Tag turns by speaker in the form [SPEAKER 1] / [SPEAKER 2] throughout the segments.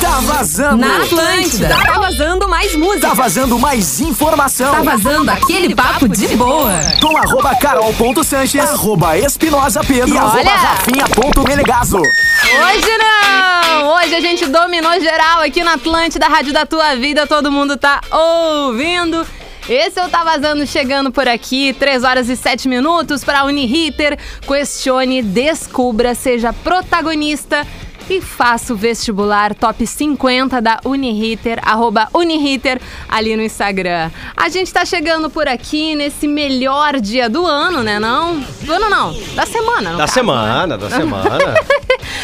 [SPEAKER 1] tá vazando.
[SPEAKER 2] Na Atlântida.
[SPEAKER 3] Tá vazando mais música.
[SPEAKER 1] Tá vazando mais informação.
[SPEAKER 2] Tá vazando aquele papo de boa.
[SPEAKER 1] Com arroba carol.sanches, arroba espinosa pedro, e arroba
[SPEAKER 3] Olha.
[SPEAKER 1] rafinha.melegazo.
[SPEAKER 3] Hoje não! Hoje a gente dominou geral aqui na Atlântida, Rádio da Tua Vida, todo mundo tá ouvindo. Esse eu tá vazando chegando por aqui, 3 horas e 7 minutos para Uniriter. Questione, descubra, seja protagonista e faça o vestibular top 50 da Uniriter, arroba Uniriter, ali no Instagram. A gente tá chegando por aqui nesse melhor dia do ano, né não? Do ano não, da semana. no
[SPEAKER 4] Da
[SPEAKER 3] caso, né?
[SPEAKER 4] semana, da semana.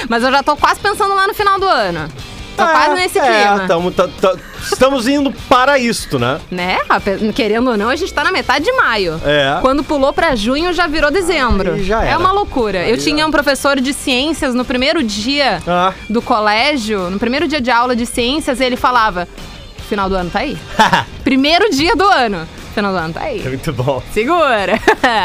[SPEAKER 3] Mas eu já tô quase pensando lá no final do ano. Tô quase nesse clima.
[SPEAKER 4] É, tamo- tá- tá- estamos indo para isto, né?
[SPEAKER 3] Né? Ape- Querendo ou não, a gente tá na metade de maio.
[SPEAKER 4] É.
[SPEAKER 3] Quando pulou pra junho, já virou dezembro.
[SPEAKER 4] Aí já
[SPEAKER 3] É
[SPEAKER 4] era.
[SPEAKER 3] uma loucura.
[SPEAKER 4] Aí
[SPEAKER 3] eu
[SPEAKER 4] já-
[SPEAKER 3] tinha um professor de ciências no primeiro dia
[SPEAKER 4] Ah.
[SPEAKER 3] do colégio, no primeiro dia de aula de ciências, ele falava: final do ano tá aí. primeiro dia do ano. Final do ano tá aí.
[SPEAKER 4] É Muito bom.
[SPEAKER 3] Segura.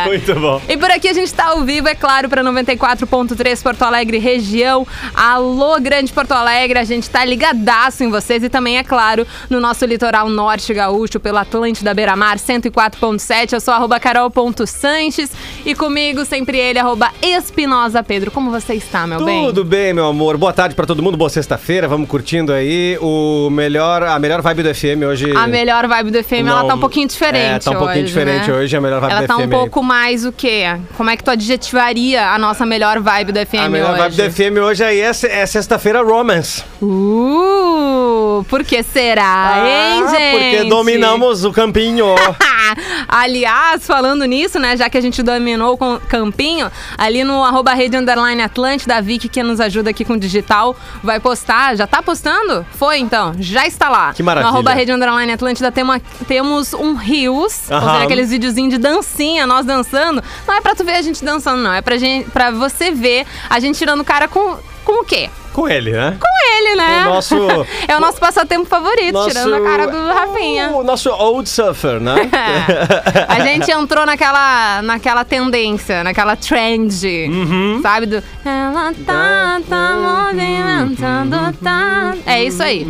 [SPEAKER 4] Muito bom.
[SPEAKER 3] E por aqui a gente tá ao vivo, é claro, para 94.3 Porto Alegre região. Alô, Grande Porto Alegre, a gente tá ligadaço em vocês e também, é claro, no nosso litoral norte gaúcho, pelo Atlântida Beira Mar 104.7. Eu sou arroba carol.sanches e comigo sempre ele, arroba espinosa Pedro. Como você está, meu bem?
[SPEAKER 4] Tudo bem, meu amor. Boa tarde pra todo mundo. Boa sexta-feira. Vamos curtindo aí o melhor, a melhor vibe do FM hoje.
[SPEAKER 3] A melhor vibe do FM, ela
[SPEAKER 4] Não,
[SPEAKER 3] tá um pouquinho diferente.
[SPEAKER 4] é, tá um pouquinho
[SPEAKER 3] hoje,
[SPEAKER 4] diferente
[SPEAKER 3] né?
[SPEAKER 4] hoje, a melhor vibe
[SPEAKER 3] Ela
[SPEAKER 4] do
[SPEAKER 3] tá um
[SPEAKER 4] FM aí.
[SPEAKER 3] pouco mais o quê? Como é que tu adjetivaria a nossa melhor vibe do FM
[SPEAKER 4] A melhor
[SPEAKER 3] hoje?
[SPEAKER 4] vibe do FM hoje aí é, se- é sexta-feira romance.
[SPEAKER 3] Uh, por que será, hein, gente?
[SPEAKER 4] Porque Ah, dominamos o campinho.
[SPEAKER 3] Aliás, falando nisso, né, já que a gente dominou com o campinho, ali no arroba rede underline Atlântida, a Vicky que nos ajuda aqui com o digital, vai postar, já tá postando? Foi então, já está lá.
[SPEAKER 4] Que maravilha.
[SPEAKER 3] No arroba rede underline Atlântida tem uma- temos um Rios, ou
[SPEAKER 4] Aham.
[SPEAKER 3] seja, aqueles videozinhos de dancinha, nós dançando. Não é pra tu ver a gente dançando, não, é pra, gente, pra você ver a gente tirando cara com, com o quê?
[SPEAKER 4] Com ele, né?
[SPEAKER 3] com ele, né?
[SPEAKER 4] O nosso-
[SPEAKER 3] é o nosso passatempo favorito, tirando a cara do Rafinha. É.
[SPEAKER 4] O nosso old surfer, né?
[SPEAKER 3] a gente entrou naquela, naquela tendência, naquela trend,
[SPEAKER 4] Uhum.
[SPEAKER 3] sabe? Do... Ela tá, tá
[SPEAKER 4] Uhum.
[SPEAKER 3] movimentando, tá... É isso aí.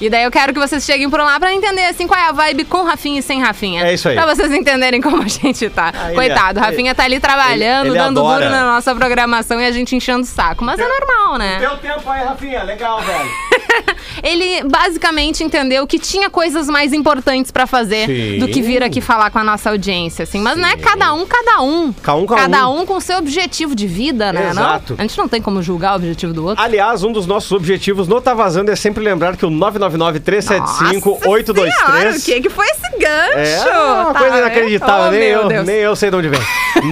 [SPEAKER 3] E daí eu quero que vocês cheguem por lá pra entender, assim, qual é a vibe com Rafinha e sem Rafinha.
[SPEAKER 4] É isso aí.
[SPEAKER 3] Pra vocês entenderem como a gente tá.
[SPEAKER 4] ele
[SPEAKER 3] Coitado,
[SPEAKER 4] é-
[SPEAKER 3] Rafinha tá ali trabalhando,
[SPEAKER 4] ele
[SPEAKER 3] dando
[SPEAKER 4] adora.
[SPEAKER 3] duro na nossa programação e a gente enchendo o saco. Mas é normal, né?
[SPEAKER 4] Deu tempo aí, Rafinha. Legal, velho.
[SPEAKER 3] Ele basicamente entendeu que tinha coisas mais importantes pra fazer
[SPEAKER 4] Sim.
[SPEAKER 3] do que vir aqui falar com a nossa audiência, assim. Mas não é cada um, cada um.
[SPEAKER 4] Cada um, cada um.
[SPEAKER 3] com seu objetivo de vida, né? não?
[SPEAKER 4] Exato.
[SPEAKER 3] A gente não tem como julgar o objetivo do outro.
[SPEAKER 4] Aliás, um dos nossos objetivos no Tá Vazando é sempre lembrar que o
[SPEAKER 3] Nossa senhora, o
[SPEAKER 4] 999-375-823...
[SPEAKER 3] que, que foi esse gancho?
[SPEAKER 4] É uma
[SPEAKER 3] Tá
[SPEAKER 4] coisa
[SPEAKER 3] vendo?
[SPEAKER 4] inacreditável,
[SPEAKER 3] Oh,
[SPEAKER 4] nem,
[SPEAKER 3] meu
[SPEAKER 4] eu,
[SPEAKER 3] Deus.
[SPEAKER 4] nem eu sei de onde vem.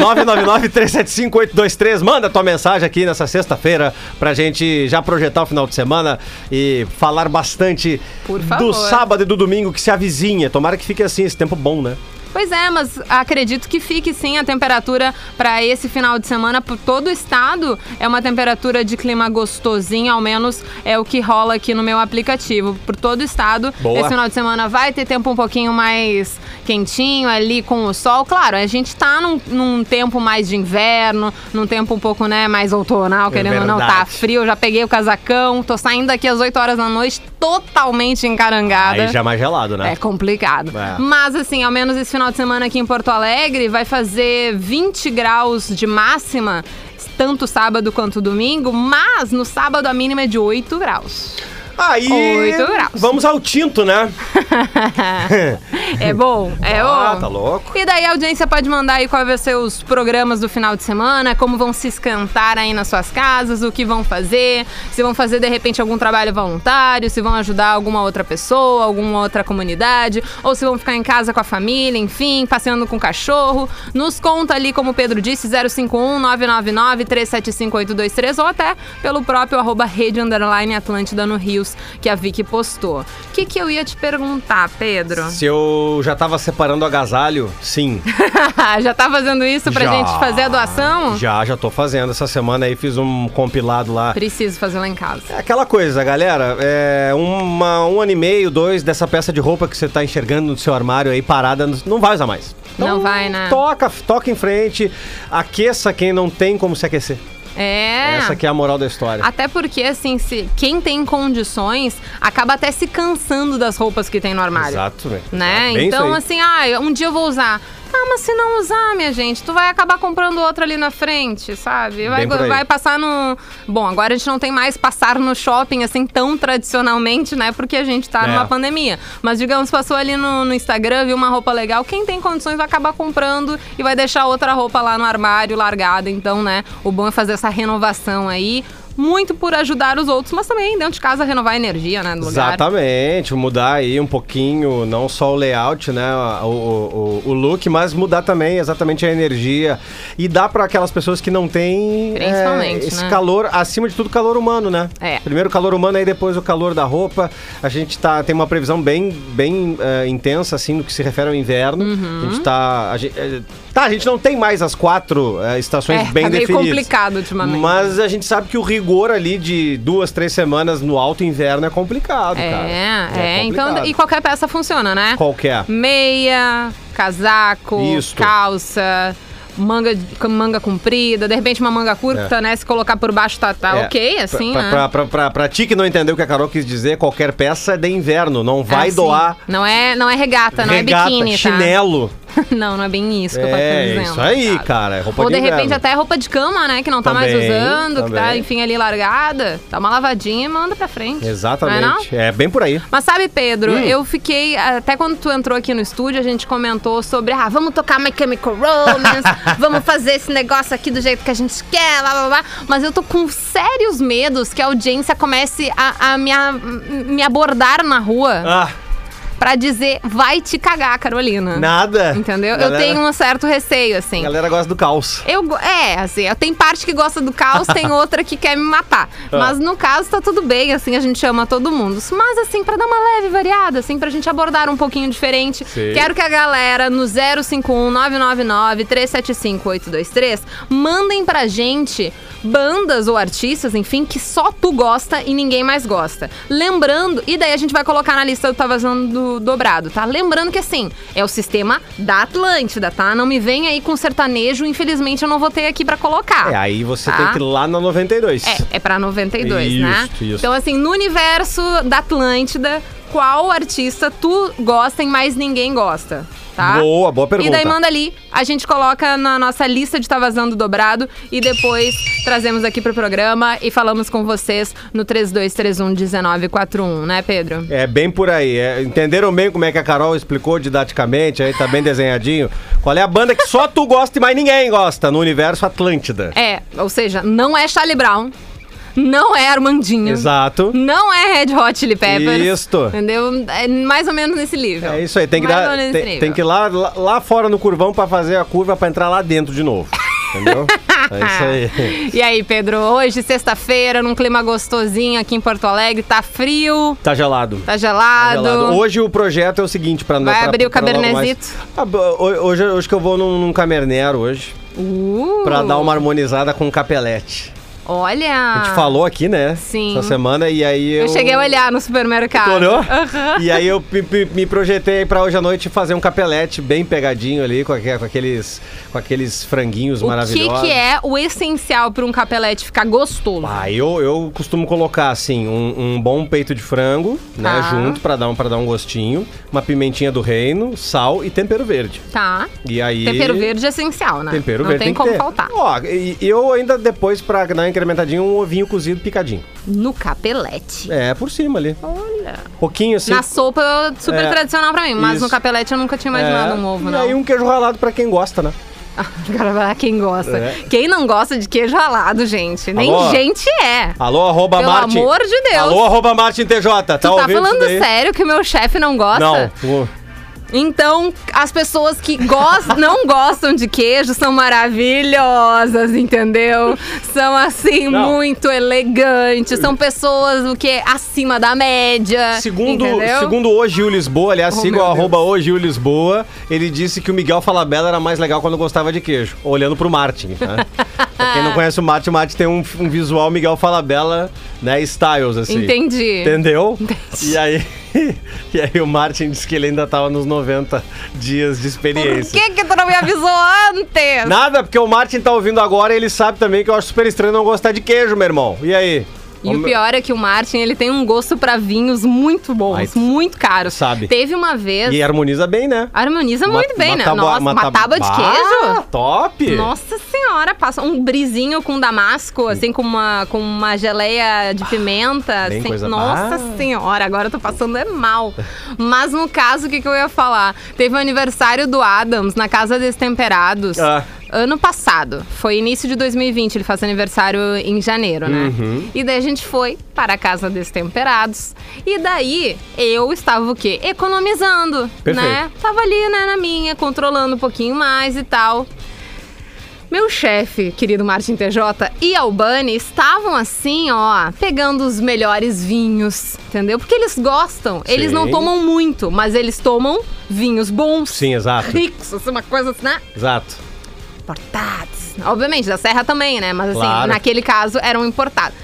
[SPEAKER 4] 999-375-823, manda tua mensagem aqui nessa sexta-feira pra gente já projetar o final de semana e falar bastante
[SPEAKER 3] Por
[SPEAKER 4] do
[SPEAKER 3] favor.
[SPEAKER 4] sábado e do domingo que se avizinha. Tomara que fique assim, esse tempo bom, né?
[SPEAKER 3] Pois é, mas acredito que fique sim a temperatura para esse final de semana por todo o estado. É uma temperatura de clima gostosinho, ao menos é o que rola aqui no meu aplicativo. Por todo o estado,
[SPEAKER 4] Boa.
[SPEAKER 3] esse final de semana vai ter tempo um pouquinho mais quentinho ali com o sol. Claro, a gente tá num, num tempo mais de inverno, num tempo um pouco né, mais outonal, querendo ou não, tá
[SPEAKER 4] É verdade.
[SPEAKER 3] frio. Já peguei o casacão, tô saindo aqui às 8 horas da noite totalmente encarangada.
[SPEAKER 4] Aí já é mais gelado, né?
[SPEAKER 3] Ah, É complicado.
[SPEAKER 4] É.
[SPEAKER 3] Mas, assim, ao menos esse final de semana aqui em Porto Alegre vai fazer 20 graus de máxima, tanto sábado quanto domingo, mas no sábado a mínima é de 8 graus.
[SPEAKER 4] Aí
[SPEAKER 3] Oito graus.
[SPEAKER 4] vamos ao tinto, né?
[SPEAKER 3] é bom, é
[SPEAKER 4] Ah,
[SPEAKER 3] bom.
[SPEAKER 4] tá louco.
[SPEAKER 3] E daí a audiência pode mandar aí quais vão ser os programas do final de semana, como vão se escantar aí nas suas casas, o que vão fazer, se vão fazer de repente algum trabalho voluntário, se vão ajudar alguma outra pessoa, alguma outra comunidade, ou se vão ficar em casa com a família, enfim, passeando com o cachorro. Nos conta ali, como o Pedro disse, 051 999 375 8223 ou até pelo próprio arroba rede underline Atlântida no Rios, que a Vicky postou. O que, que eu ia te perguntar, Pedro?
[SPEAKER 4] Se eu já tava separando o agasalho, sim.
[SPEAKER 3] já tá fazendo isso pra
[SPEAKER 4] Já.
[SPEAKER 3] gente fazer a doação?
[SPEAKER 4] Já, já tô fazendo. Essa semana aí fiz um compilado lá.
[SPEAKER 3] Preciso fazer lá em casa.
[SPEAKER 4] É Aquela coisa, galera, é uma, um ano e meio, dois dessa peça de roupa que você tá enxergando no seu armário aí parada, não vai usar mais. Então,
[SPEAKER 3] Não vai, né?
[SPEAKER 4] Toca, toca em frente, aqueça quem não tem como se aquecer.
[SPEAKER 3] É.
[SPEAKER 4] Essa aqui é a moral da história.
[SPEAKER 3] Até porque, assim, se quem tem condições acaba até se cansando das roupas que tem no armário.
[SPEAKER 4] Exato, velho.
[SPEAKER 3] Né?
[SPEAKER 4] Exato. Tá, Bem
[SPEAKER 3] então,
[SPEAKER 4] isso aí.
[SPEAKER 3] assim, ah, um dia eu vou usar. Ah, mas se não usar, minha gente, tu vai acabar comprando outra ali na frente, sabe? Vai,
[SPEAKER 4] Bem por aí.
[SPEAKER 3] vai passar no. Bom, agora a gente não tem mais passar no shopping assim tão tradicionalmente, né? Porque a gente tá
[SPEAKER 4] É.
[SPEAKER 3] numa pandemia. Mas, digamos, passou ali no, no Instagram, viu uma roupa legal. Quem tem condições vai acabar comprando e vai deixar outra roupa lá no armário largada. Então, né? O bom é fazer essa renovação aí. Muito por ajudar os outros, mas também dentro de casa renovar a energia, né? Do lugar.
[SPEAKER 4] Exatamente, mudar aí um pouquinho, não só o layout, né, o, o, o- o look, mas mudar também exatamente a energia e dá para aquelas pessoas que não têm eh,
[SPEAKER 3] Principalmente,
[SPEAKER 4] esse
[SPEAKER 3] né?
[SPEAKER 4] calor, acima de tudo calor humano, né?
[SPEAKER 3] É.
[SPEAKER 4] Primeiro o calor humano, aí depois o calor da roupa. A gente tá tem uma previsão bem bem eh, intensa assim no que se refere ao inverno.
[SPEAKER 3] Uhum.
[SPEAKER 4] A gente tá a gente, eh, tá, a gente não tem mais as quatro eh, estações
[SPEAKER 3] É,
[SPEAKER 4] bem
[SPEAKER 3] tá meio
[SPEAKER 4] definidas.
[SPEAKER 3] complicado ultimamente.
[SPEAKER 4] Mas a gente sabe que o rigor ali de duas, três semanas no alto inverno é complicado, cara.
[SPEAKER 3] É, é, então.
[SPEAKER 4] complicado. é?
[SPEAKER 3] E qualquer peça funciona, né?
[SPEAKER 4] Qualquer.
[SPEAKER 3] Meia, casaco,
[SPEAKER 4] Isto.
[SPEAKER 3] calça, manga, de- com manga comprida, de repente uma manga curta, né? Se colocar por baixo tá, tá
[SPEAKER 4] É.
[SPEAKER 3] ok, assim,
[SPEAKER 4] pra,
[SPEAKER 3] né?
[SPEAKER 4] pra, pra, pra, pra ti que não entendeu o que a Carol quis dizer, qualquer peça é de inverno. Não vai
[SPEAKER 3] Assim.
[SPEAKER 4] doar
[SPEAKER 3] Não é, não é regata, não
[SPEAKER 4] regata,
[SPEAKER 3] é biquíni,
[SPEAKER 4] chinelo.
[SPEAKER 3] tá? Não, não é bem isso que eu tô
[SPEAKER 4] É,
[SPEAKER 3] dizendo.
[SPEAKER 4] isso aí,
[SPEAKER 3] sabe?
[SPEAKER 4] cara. É roupa
[SPEAKER 3] Ou
[SPEAKER 4] de,
[SPEAKER 3] de repente tá-
[SPEAKER 4] inverno.
[SPEAKER 3] até roupa de cama, né? Que não tá mais
[SPEAKER 4] Também,
[SPEAKER 3] usando, que tá,
[SPEAKER 4] também.
[SPEAKER 3] enfim, ali largada. Dá uma lavadinha e manda pra frente.
[SPEAKER 4] Exatamente.
[SPEAKER 3] Não é não?
[SPEAKER 4] É bem por aí.
[SPEAKER 3] Mas sabe,
[SPEAKER 4] Hum.
[SPEAKER 3] Pedro, eu fiquei. Até quando tu entrou aqui no estúdio, a gente comentou sobre. Ah, vamos tocar My Chemical Romance, vamos fazer esse negócio aqui do jeito que a gente quer, blá blá blá. Mas eu tô com sérios medos que a audiência comece a, a me, a- me abordar na rua
[SPEAKER 4] Ah,
[SPEAKER 3] pra dizer vai te cagar, Carolina.
[SPEAKER 4] nada.
[SPEAKER 3] Entendeu? Eu
[SPEAKER 4] Galera,
[SPEAKER 3] tenho um certo receio, assim.
[SPEAKER 4] Galera gosta do caos.
[SPEAKER 3] Eu, go- é, assim, eu- tem parte que gosta do caos, tem outra que quer me matar. Mas no caso tá tudo bem, assim, a gente ama todo mundo. Mas assim, pra dar uma leve variada, assim, pra gente abordar um pouquinho diferente.
[SPEAKER 4] Sim.
[SPEAKER 3] Quero que a galera no 051-999-375-823 mandem pra gente bandas ou artistas, enfim, que só tu gosta e ninguém mais gosta. Lembrando, e daí a gente vai colocar na lista do Tá Vazando do- Dobrado, tá? Lembrando que assim, é o sistema da Atlântida, tá? Não me vem aí com sertanejo, infelizmente eu não votei aqui pra colocar.
[SPEAKER 4] É, aí você
[SPEAKER 3] Tá.
[SPEAKER 4] tem que ir lá na 92.
[SPEAKER 3] É, é pra 92, né?
[SPEAKER 4] Isso, isso.
[SPEAKER 3] Então, assim, no universo da Atlântida, qual artista tu gosta e mais ninguém gosta? Tá?
[SPEAKER 4] Boa, boa
[SPEAKER 3] E daí
[SPEAKER 4] pergunta.
[SPEAKER 3] manda ali, a gente coloca na nossa lista de Tá Vazando Dobrado e depois trazemos aqui pro programa e falamos com vocês no 32311941, né, Pedro?
[SPEAKER 4] É bem por aí. É, entenderam bem como é que a Carol explicou didaticamente, aí tá bem desenhadinho. Qual é a banda que só tu gosta e mais ninguém gosta no universo Atlântida?
[SPEAKER 3] É, ou seja, não é Charlie Brown, não é Armandinho.
[SPEAKER 4] Exato.
[SPEAKER 3] Não é Red Hot Chili Peppers.
[SPEAKER 4] Isto.
[SPEAKER 3] Entendeu? É mais ou menos nesse nível.
[SPEAKER 4] É isso aí, tem que,
[SPEAKER 3] mais
[SPEAKER 4] dar,
[SPEAKER 3] ou menos nesse
[SPEAKER 4] tem,
[SPEAKER 3] nível.
[SPEAKER 4] tem que ir lá, lá, lá fora no curvão pra fazer a curva pra entrar lá dentro de novo. Entendeu? É isso aí.
[SPEAKER 3] Ah. E aí, Pedro, hoje, sexta-feira, num clima gostosinho aqui em Porto Alegre, tá frio,
[SPEAKER 4] Tá gelado.
[SPEAKER 3] tá gelado.
[SPEAKER 4] Gelado. Hoje o projeto é o seguinte, pra
[SPEAKER 3] Vai
[SPEAKER 4] pra-
[SPEAKER 3] abrir o
[SPEAKER 4] pra logo mais-
[SPEAKER 3] cabernezito?
[SPEAKER 4] Ah, bo- hoje, hoje que eu vou num, num camernero hoje,
[SPEAKER 3] Uh,
[SPEAKER 4] pra dar uma harmonizada com o capelete.
[SPEAKER 3] Olha!
[SPEAKER 4] A gente falou aqui, né?
[SPEAKER 3] Ah. Sim.
[SPEAKER 4] Essa semana, e aí eu...
[SPEAKER 3] Eu cheguei a olhar no supermercado.
[SPEAKER 4] Tu olhou?
[SPEAKER 3] Aham.
[SPEAKER 4] E aí eu me, me- me projetei pra hoje à noite fazer um capelete bem pegadinho ali, com, aque- com aqueles, com aqueles franguinhos
[SPEAKER 3] O que,
[SPEAKER 4] maravilhosos.
[SPEAKER 3] que é o essencial pra um capelete ficar gostoso?
[SPEAKER 4] Ah, eu, eu costumo colocar, assim, um, um bom peito de frango, né,
[SPEAKER 3] Tá.
[SPEAKER 4] junto, pra dar, um, pra dar um gostinho, uma pimentinha do reino, sal e tempero verde.
[SPEAKER 3] Tá.
[SPEAKER 4] E aí...
[SPEAKER 3] Tempero verde é essencial, né?
[SPEAKER 4] Tempero
[SPEAKER 3] Não
[SPEAKER 4] verde
[SPEAKER 3] tem,
[SPEAKER 4] tem, que
[SPEAKER 3] como
[SPEAKER 4] ter.
[SPEAKER 3] faltar.
[SPEAKER 4] Ó, e e eu ainda depois, pra dar uma incrementadinha, um ovinho cozido picadinho.
[SPEAKER 3] No capelete.
[SPEAKER 4] É, por cima ali.
[SPEAKER 3] Olha.
[SPEAKER 4] Pouquinho assim.
[SPEAKER 3] Na sopa é super
[SPEAKER 4] É.
[SPEAKER 3] tradicional pra mim, mas
[SPEAKER 4] Isso.
[SPEAKER 3] no capelete eu nunca tinha imaginado
[SPEAKER 4] É,
[SPEAKER 3] um ovo,
[SPEAKER 4] e
[SPEAKER 3] não.
[SPEAKER 4] aí um queijo ralado pra quem gosta, né?
[SPEAKER 3] Agora vai lá quem gosta.
[SPEAKER 4] É.
[SPEAKER 3] Quem não gosta de queijo ralado, gente? Nem
[SPEAKER 4] Alô? Tá
[SPEAKER 3] gente é.
[SPEAKER 4] Alô, arroba
[SPEAKER 3] Pelo
[SPEAKER 4] Martin.
[SPEAKER 3] amor de Deus.
[SPEAKER 4] Alô, arroba Martin TJ.
[SPEAKER 3] Tu
[SPEAKER 4] Tá
[SPEAKER 3] tá
[SPEAKER 4] ouvindo isso
[SPEAKER 3] falando
[SPEAKER 4] daí?
[SPEAKER 3] sério que o meu chefe não gosta?
[SPEAKER 4] Não. o-
[SPEAKER 3] Então, as pessoas que gostam, não gostam de queijo são maravilhosas, entendeu? São, assim,
[SPEAKER 4] Não.
[SPEAKER 3] muito elegantes. São pessoas, o que? Acima da média.
[SPEAKER 4] Segundo,
[SPEAKER 3] É, entendeu?
[SPEAKER 4] segundo o Gil Lisboa, aliás,
[SPEAKER 3] Oh,
[SPEAKER 4] siga o
[SPEAKER 3] meu
[SPEAKER 4] arroba o Gil Lisboa, ele disse que o Miguel Falabella era mais legal quando gostava de queijo, olhando pro Martin, né? pra quem não conhece o Martin, o Martin tem um, um visual Miguel Falabella, né, styles, assim.
[SPEAKER 3] Entendi.
[SPEAKER 4] Entendeu? E aí... e aí o Martin disse que ele ainda tava nos 90 dias de
[SPEAKER 3] Por
[SPEAKER 4] experiência.
[SPEAKER 3] que que tu não me avisou antes?
[SPEAKER 4] Nada, porque o Martin tá ouvindo agora e ele sabe também que eu acho super estranho não gostar de queijo, meu irmão. E aí?
[SPEAKER 3] E
[SPEAKER 4] Ô,
[SPEAKER 3] o
[SPEAKER 4] meu-
[SPEAKER 3] pior é que o Martin, ele tem um gosto pra vinhos muito bons,
[SPEAKER 4] Ai,
[SPEAKER 3] muito caros.
[SPEAKER 4] sabe.
[SPEAKER 3] Teve uma vez...
[SPEAKER 4] E harmoniza bem, né?
[SPEAKER 3] Harmoniza
[SPEAKER 4] Uma-
[SPEAKER 3] muito Ah, bem,
[SPEAKER 4] uma
[SPEAKER 3] né?
[SPEAKER 4] tábua-
[SPEAKER 3] Nossa, uma,
[SPEAKER 4] tábua-
[SPEAKER 3] tábua de
[SPEAKER 4] Ah,
[SPEAKER 3] queijo.
[SPEAKER 4] Top!
[SPEAKER 3] Nossa senhora, passa um brisinho com damasco, assim, com uma, com uma geleia de pimenta.
[SPEAKER 4] bem
[SPEAKER 3] assim,
[SPEAKER 4] coisa-
[SPEAKER 3] Nossa
[SPEAKER 4] Ah.
[SPEAKER 3] senhora, agora eu tô passando é mal. Mas no caso, o que, que eu ia falar? Teve o aniversário do Adams na Casa Destemperados.
[SPEAKER 4] Ah.
[SPEAKER 3] Ano passado, foi início de 2020, ele faz aniversário em janeiro, né?
[SPEAKER 4] Uhum.
[SPEAKER 3] E daí a gente foi para a Casa Destemperados. E daí eu estava o quê? Economizando, né?
[SPEAKER 4] Perfeito.
[SPEAKER 3] Tava ali, né, na minha, controlando um pouquinho mais e tal. Meu chefe, querido Martin TJ, e Albani estavam assim, ó, pegando os melhores vinhos, entendeu? Porque eles gostam. Eles não
[SPEAKER 4] Sim.
[SPEAKER 3] tomam muito, mas eles tomam vinhos bons,
[SPEAKER 4] Sim, exato.
[SPEAKER 3] ricos, assim, uma coisa assim, né?
[SPEAKER 4] Exato.
[SPEAKER 3] Importados. Obviamente, da Serra também, né? Mas assim,
[SPEAKER 4] Claro.
[SPEAKER 3] naquele caso eram importados.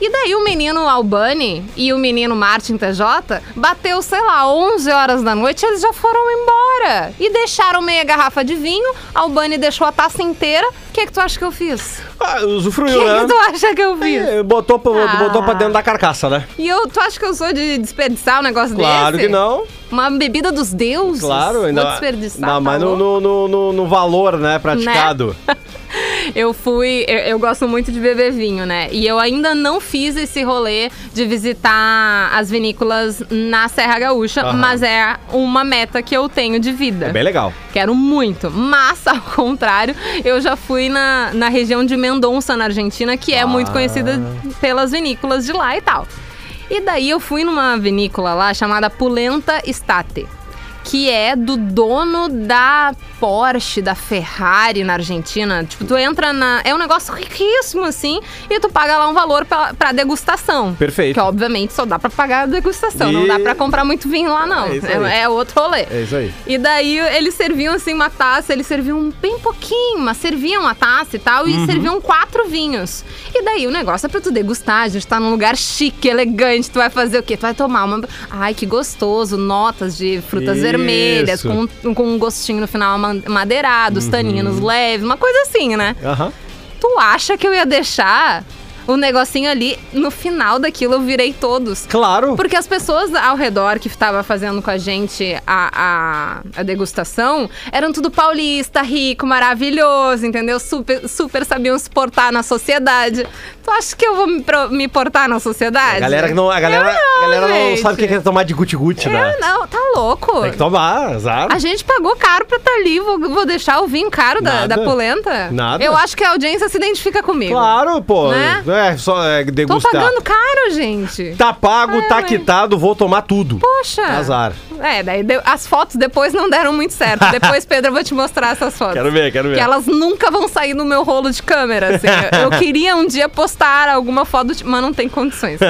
[SPEAKER 3] E daí o menino Albani e o menino Martin TJ bateu, sei lá, 11 horas da noite, eles já foram embora. E deixaram meia garrafa de vinho, Albani deixou a taça inteira. O que, que tu acha que eu fiz?
[SPEAKER 4] Ah,
[SPEAKER 3] O
[SPEAKER 4] usufruiu,
[SPEAKER 3] que,
[SPEAKER 4] né?
[SPEAKER 3] que tu acha que eu fiz?
[SPEAKER 4] É, botou, pra,
[SPEAKER 3] Ah.
[SPEAKER 4] botou pra dentro da carcaça, né?
[SPEAKER 3] E eu, tu acha que eu sou de desperdiçar um negócio
[SPEAKER 4] Claro
[SPEAKER 3] desse?
[SPEAKER 4] que não.
[SPEAKER 3] Uma bebida dos deuses?
[SPEAKER 4] Claro, ainda,
[SPEAKER 3] Vou desperdiçar.
[SPEAKER 4] ainda
[SPEAKER 3] tá
[SPEAKER 4] mais no,
[SPEAKER 3] louco?
[SPEAKER 4] no, no, no- no valor, né, praticado.
[SPEAKER 3] Eu fui, eu, eu gosto muito de beber vinho, né? E eu ainda não fiz esse rolê de visitar as vinícolas na Serra Gaúcha,
[SPEAKER 4] Aham.
[SPEAKER 3] mas é uma meta que eu tenho de vida.
[SPEAKER 4] É bem legal.
[SPEAKER 3] Quero muito. Mas, ao contrário, eu já fui na, na região de Mendonça, na Argentina, que é
[SPEAKER 4] Ah.
[SPEAKER 3] muito conhecida pelas vinícolas de lá e tal. E daí eu fui numa vinícola lá chamada Pulenta Estate, que é do dono da Porsche, da Ferrari na Argentina. Tipo, tu entra na. É um negócio riquíssimo, assim, e tu paga lá um valor pra, pra degustação.
[SPEAKER 4] Perfeito.
[SPEAKER 3] Que, obviamente, só dá pra pagar a degustação. Não
[SPEAKER 4] E-
[SPEAKER 3] dá pra comprar muito vinho lá, não.
[SPEAKER 4] É isso aí.
[SPEAKER 3] é outro rolê.
[SPEAKER 4] É isso aí.
[SPEAKER 3] E daí eles serviam assim uma taça, eles serviam bem pouquinho, mas serviam a taça e tal, e serviam quatro vinhos. E daí o negócio é pra tu degustar, a gente tá num lugar chique, elegante, tu vai fazer o quê? Tu vai tomar uma. Ai, que gostoso, notas de frutas
[SPEAKER 4] Isso.
[SPEAKER 3] vermelhas, com, com um gostinho no final ama- madeirado, os taninos leves, uma coisa assim, né?
[SPEAKER 4] Aham.
[SPEAKER 3] Tu acha que eu ia deixar o negocinho ali, no final daquilo eu virei todos.
[SPEAKER 4] Claro.
[SPEAKER 3] Porque as pessoas ao redor que estava fazendo com a gente a, a, a degustação eram tudo paulista, rico, maravilhoso, entendeu? Super, super sabiam se portar na sociedade. Tu acha que eu vou me, pro- me portar na sociedade?
[SPEAKER 4] A galera que não, a galera, a galera não
[SPEAKER 3] gente.
[SPEAKER 4] sabe o que é tomar de guti-guti, né?
[SPEAKER 3] Eu não, tá louco.
[SPEAKER 4] Tem É que tomar, exato.
[SPEAKER 3] A gente pagou caro pra estar ali, vou, vou deixar o vinho caro da,
[SPEAKER 4] Nada.
[SPEAKER 3] da polenta?
[SPEAKER 4] Nada.
[SPEAKER 3] Eu acho que a audiência se identifica comigo.
[SPEAKER 4] Claro, pô.
[SPEAKER 3] Né?
[SPEAKER 4] É, só é,
[SPEAKER 3] Tô
[SPEAKER 4] degustar.
[SPEAKER 3] pagando caro, gente.
[SPEAKER 4] Tá pago,
[SPEAKER 3] É,
[SPEAKER 4] tá
[SPEAKER 3] ué.
[SPEAKER 4] quitado, vou tomar tudo.
[SPEAKER 3] Poxa.
[SPEAKER 4] Azar.
[SPEAKER 3] É, daí deu- as fotos depois não deram muito certo. Depois, Pedro, eu vou te mostrar essas fotos.
[SPEAKER 4] Quero ver, quero ver.
[SPEAKER 3] Que elas nunca vão sair no meu rolo de câmera, assim. Eu, eu queria um dia postar alguma foto, de- mas não tem condições.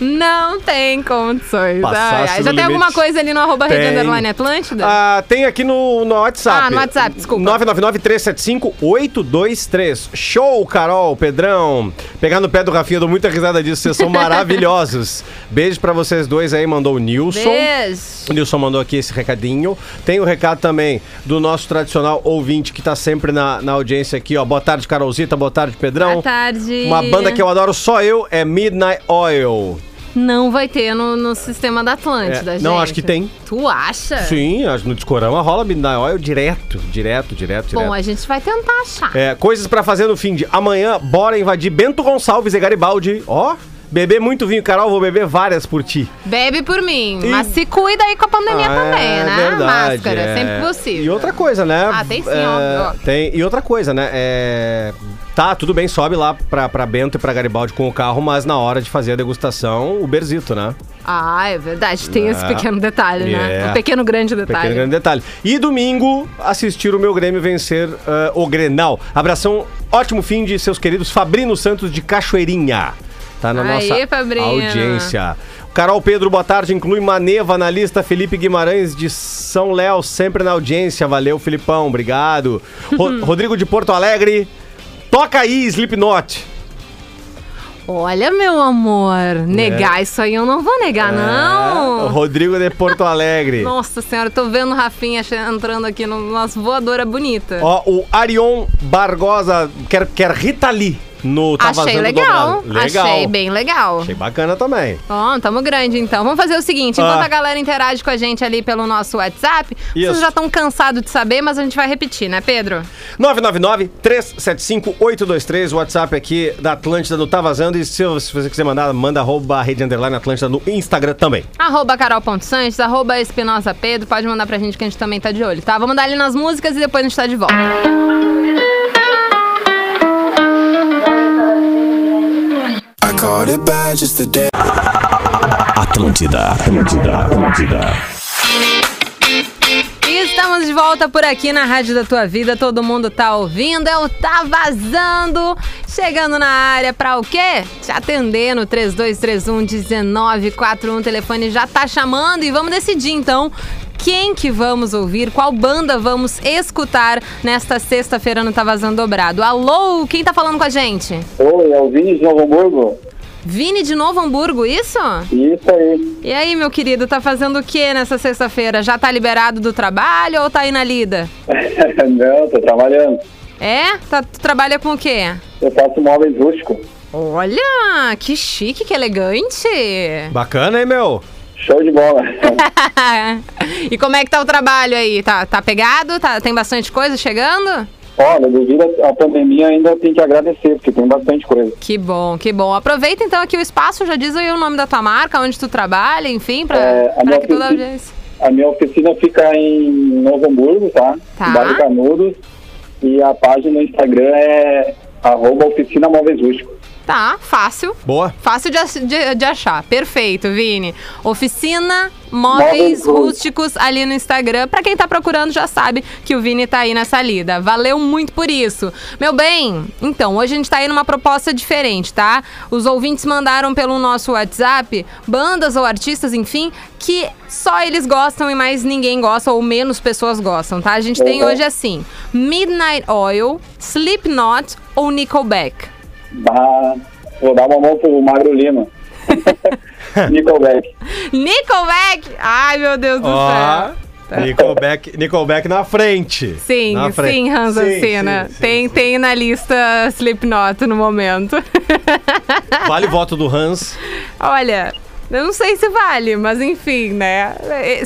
[SPEAKER 3] não tem condições.
[SPEAKER 4] Passasse
[SPEAKER 3] Ai, ai. Já
[SPEAKER 4] do
[SPEAKER 3] tem
[SPEAKER 4] limite.
[SPEAKER 3] alguma coisa ali no arroba
[SPEAKER 4] Tem.
[SPEAKER 3] Rede Underline Atlântida?
[SPEAKER 4] Ah, tem aqui no, no WhatsApp.
[SPEAKER 3] Ah, no WhatsApp, desculpa.
[SPEAKER 4] 999-375-823. Show, Carol, Pedrão. Pegar no pé do Rafinha, eu dou muita risada disso. Vocês são maravilhosos. Beijo pra vocês dois aí, mandou o Nilson.
[SPEAKER 3] Beijo.
[SPEAKER 4] O Nilson mandou aqui esse recadinho. Tem o recado também do nosso tradicional ouvinte que tá sempre na, na audiência aqui, ó. Boa tarde, Carolzita. Boa tarde, Pedrão.
[SPEAKER 3] Boa tarde.
[SPEAKER 4] Então, Uma banda que eu adoro só eu é Midnight Oil.
[SPEAKER 3] Não vai ter no, no sistema da Atlântida,
[SPEAKER 4] É,
[SPEAKER 3] gente.
[SPEAKER 4] não, acho que tem.
[SPEAKER 3] Tu acha?
[SPEAKER 4] Sim, acho que no Discorama rola Midnight Oil direto, direto, direto,
[SPEAKER 3] Bom,
[SPEAKER 4] direto.
[SPEAKER 3] a gente vai tentar achar.
[SPEAKER 4] É, coisas pra fazer no fim de amanhã, bora invadir Bento Gonçalves e Garibaldi. Ó, beber muito vinho, Carol, vou beber várias por ti.
[SPEAKER 3] Bebe por mim,
[SPEAKER 4] E-
[SPEAKER 3] mas se cuida aí com a pandemia
[SPEAKER 4] Ah,
[SPEAKER 3] também,
[SPEAKER 4] é
[SPEAKER 3] né? Máscara,
[SPEAKER 4] é.
[SPEAKER 3] sempre possível.
[SPEAKER 4] E outra coisa, né?
[SPEAKER 3] Ah, tem sim,
[SPEAKER 4] É,
[SPEAKER 3] óbvio.
[SPEAKER 4] Tem, e outra coisa, né? É, tá, tudo bem, sobe lá pra, pra Bento e pra Garibaldi com o carro, mas na hora de fazer a degustação, o berzito, né?
[SPEAKER 3] Ah, é verdade, tem esse
[SPEAKER 4] É.
[SPEAKER 3] pequeno detalhe, né?
[SPEAKER 4] É.
[SPEAKER 3] O pequeno grande
[SPEAKER 4] Pequeno
[SPEAKER 3] detalhe.
[SPEAKER 4] grande detalhe. E domingo, assistir o meu Grêmio vencer eh, o Grenal. Abração, ótimo fim de seus queridos Fabrino Santos de Cachoeirinha. Tá na
[SPEAKER 3] Aê,
[SPEAKER 4] nossa
[SPEAKER 3] Fabrino.
[SPEAKER 4] audiência. Carol Pedro, boa tarde. Inclui Maneva, analista Felipe Guimarães de São Léo, sempre na audiência. Valeu, Filipão, obrigado. Ro- Rodrigo de Porto Alegre, toca aí, Slipknot.
[SPEAKER 3] Olha, meu amor, negar isso aí eu não vou negar,
[SPEAKER 4] É, o
[SPEAKER 3] não.
[SPEAKER 4] Rodrigo de Porto Alegre.
[SPEAKER 3] Nossa senhora, eu tô vendo o Rafinha che- entrando aqui no- numa voadora bonita.
[SPEAKER 4] Ó, tá o Arion Barbosa quer, quer Rita Lee no Tá
[SPEAKER 3] Achei
[SPEAKER 4] Vazando
[SPEAKER 3] legal,
[SPEAKER 4] Dobrado. Legal.
[SPEAKER 3] achei bem legal.
[SPEAKER 4] Achei bacana também.
[SPEAKER 3] Ó, tamo grande então. Vamos fazer o seguinte: enquanto
[SPEAKER 4] Ah.
[SPEAKER 3] a galera interage com a gente ali pelo nosso WhatsApp, vocês
[SPEAKER 4] Isso.
[SPEAKER 3] já estão cansados de saber, mas a gente vai repetir, né, Pedro?
[SPEAKER 4] 999-375-823, o WhatsApp aqui da Atlântida do Tá Vazando. E se você quiser mandar, manda arroba rede underline Atlântida no Instagram também.
[SPEAKER 3] Arroba carol.sanches, arroba espinosa Pedro. Pode mandar pra gente que a gente também tá de olho, tá? Vamos dar ali nas músicas e depois a gente tá de volta.
[SPEAKER 5] I caught it bad just today.
[SPEAKER 1] Atlântida, Atlântida, Atlântida.
[SPEAKER 3] E estamos de volta por aqui na Rádio da Tua Vida. Todo mundo tá ouvindo, eu tá vazando. Chegando na área pra o quê? Te atender no 3231-1941. O telefone já tá chamando e vamos decidir então. Quem que vamos ouvir? Qual banda vamos escutar nesta sexta-feira no Tá Vazando Dobrado? Alô, quem tá falando com a gente?
[SPEAKER 6] Oi, é o Vini de Novo Hamburgo?
[SPEAKER 3] Vini de Novo Hamburgo, isso?
[SPEAKER 6] Isso aí.
[SPEAKER 3] E aí, meu querido, tá fazendo o que nessa sexta-feira? Já tá liberado do trabalho ou tá aí na lida?
[SPEAKER 6] Não, tô trabalhando.
[SPEAKER 3] É? Tá- tu trabalha com o quê?
[SPEAKER 6] Eu faço móveis rústico.
[SPEAKER 3] Olha, que chique, que elegante!
[SPEAKER 4] Bacana, hein, meu?
[SPEAKER 6] Show de bola.
[SPEAKER 3] e como é que tá o trabalho aí? Tá, tá pegado? Tá, tem bastante coisa chegando?
[SPEAKER 6] Olha, devido à pandemia, ainda tenho que agradecer, porque tem bastante coisa.
[SPEAKER 3] Que bom, que bom. Aproveita então aqui o espaço, já diz aí o nome da tua marca, onde tu trabalha, enfim, pra,
[SPEAKER 6] É, a
[SPEAKER 3] pra
[SPEAKER 6] minha
[SPEAKER 3] que toda a
[SPEAKER 6] oficina-
[SPEAKER 3] audiência.
[SPEAKER 6] A minha oficina fica em Novo Hamburgo, tá?
[SPEAKER 3] Tá.
[SPEAKER 6] No Bairro Canudos. E a página no Instagram é arroba oficina móveis rústico.
[SPEAKER 3] Tá, fácil.
[SPEAKER 4] Boa.
[SPEAKER 3] Fácil de, ach- de- de achar. Perfeito, Vini. Oficina Móveis
[SPEAKER 6] Móveis Rústicos.
[SPEAKER 3] Rústicos ali no Instagram. Pra quem tá procurando já sabe que o Vini tá aí nessa lida. Valeu muito por isso. Meu bem, então, hoje a gente tá aí numa proposta diferente, tá? Os ouvintes mandaram pelo nosso WhatsApp bandas ou artistas, enfim, que só eles gostam e mais ninguém gosta ou menos pessoas gostam, tá? A gente tem
[SPEAKER 6] Uhum.
[SPEAKER 3] hoje assim: Midnight Oil, Slipknot ou Nickelback.
[SPEAKER 6] Bah, vou dar uma mão pro Magro Lima. Nickelback.
[SPEAKER 3] Nickelback! Ai, meu Deus do
[SPEAKER 4] Ó,
[SPEAKER 3] céu.
[SPEAKER 4] Nickelback, Nickelback na frente.
[SPEAKER 3] Sim,
[SPEAKER 4] na frente.
[SPEAKER 3] sim, Hans
[SPEAKER 4] Sim,
[SPEAKER 3] Cena.
[SPEAKER 4] sim, sim,
[SPEAKER 3] Tem,
[SPEAKER 4] sim.
[SPEAKER 3] tem na lista Slipknot no momento.
[SPEAKER 4] Vale o voto do Hans.
[SPEAKER 3] Olha, eu não sei se vale, mas enfim, né?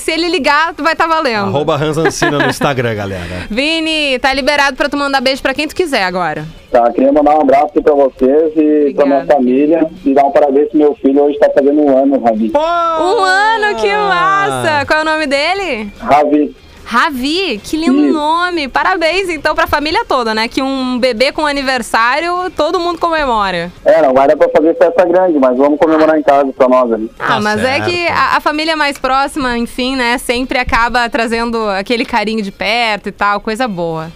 [SPEAKER 3] Se ele ligar, vai estar valendo.
[SPEAKER 4] Arroba Hans Ancina no Instagram, galera.
[SPEAKER 3] Vini, tá liberado pra tu mandar beijo pra quem tu quiser agora.
[SPEAKER 6] Tá, queria mandar um abraço aqui pra vocês e pra minha
[SPEAKER 3] Obrigada.
[SPEAKER 6] família. E dar um parabéns pro meu filho, hoje tá fazendo um ano, Ravi.
[SPEAKER 3] Um ano, que massa! Qual é o nome dele?
[SPEAKER 6] Ravi,
[SPEAKER 3] Ravi, que lindo
[SPEAKER 6] Isso.
[SPEAKER 3] nome! Parabéns, então, pra família toda, né? Que um bebê com aniversário, todo mundo comemora.
[SPEAKER 6] é, não vai dar pra fazer festa grande, mas vamos comemorar em casa pra nós ali.
[SPEAKER 3] Ah,
[SPEAKER 4] Tá
[SPEAKER 3] mas é
[SPEAKER 4] certo.
[SPEAKER 3] que a, a família mais próxima, enfim, né, sempre acaba trazendo aquele carinho de perto e tal, coisa boa.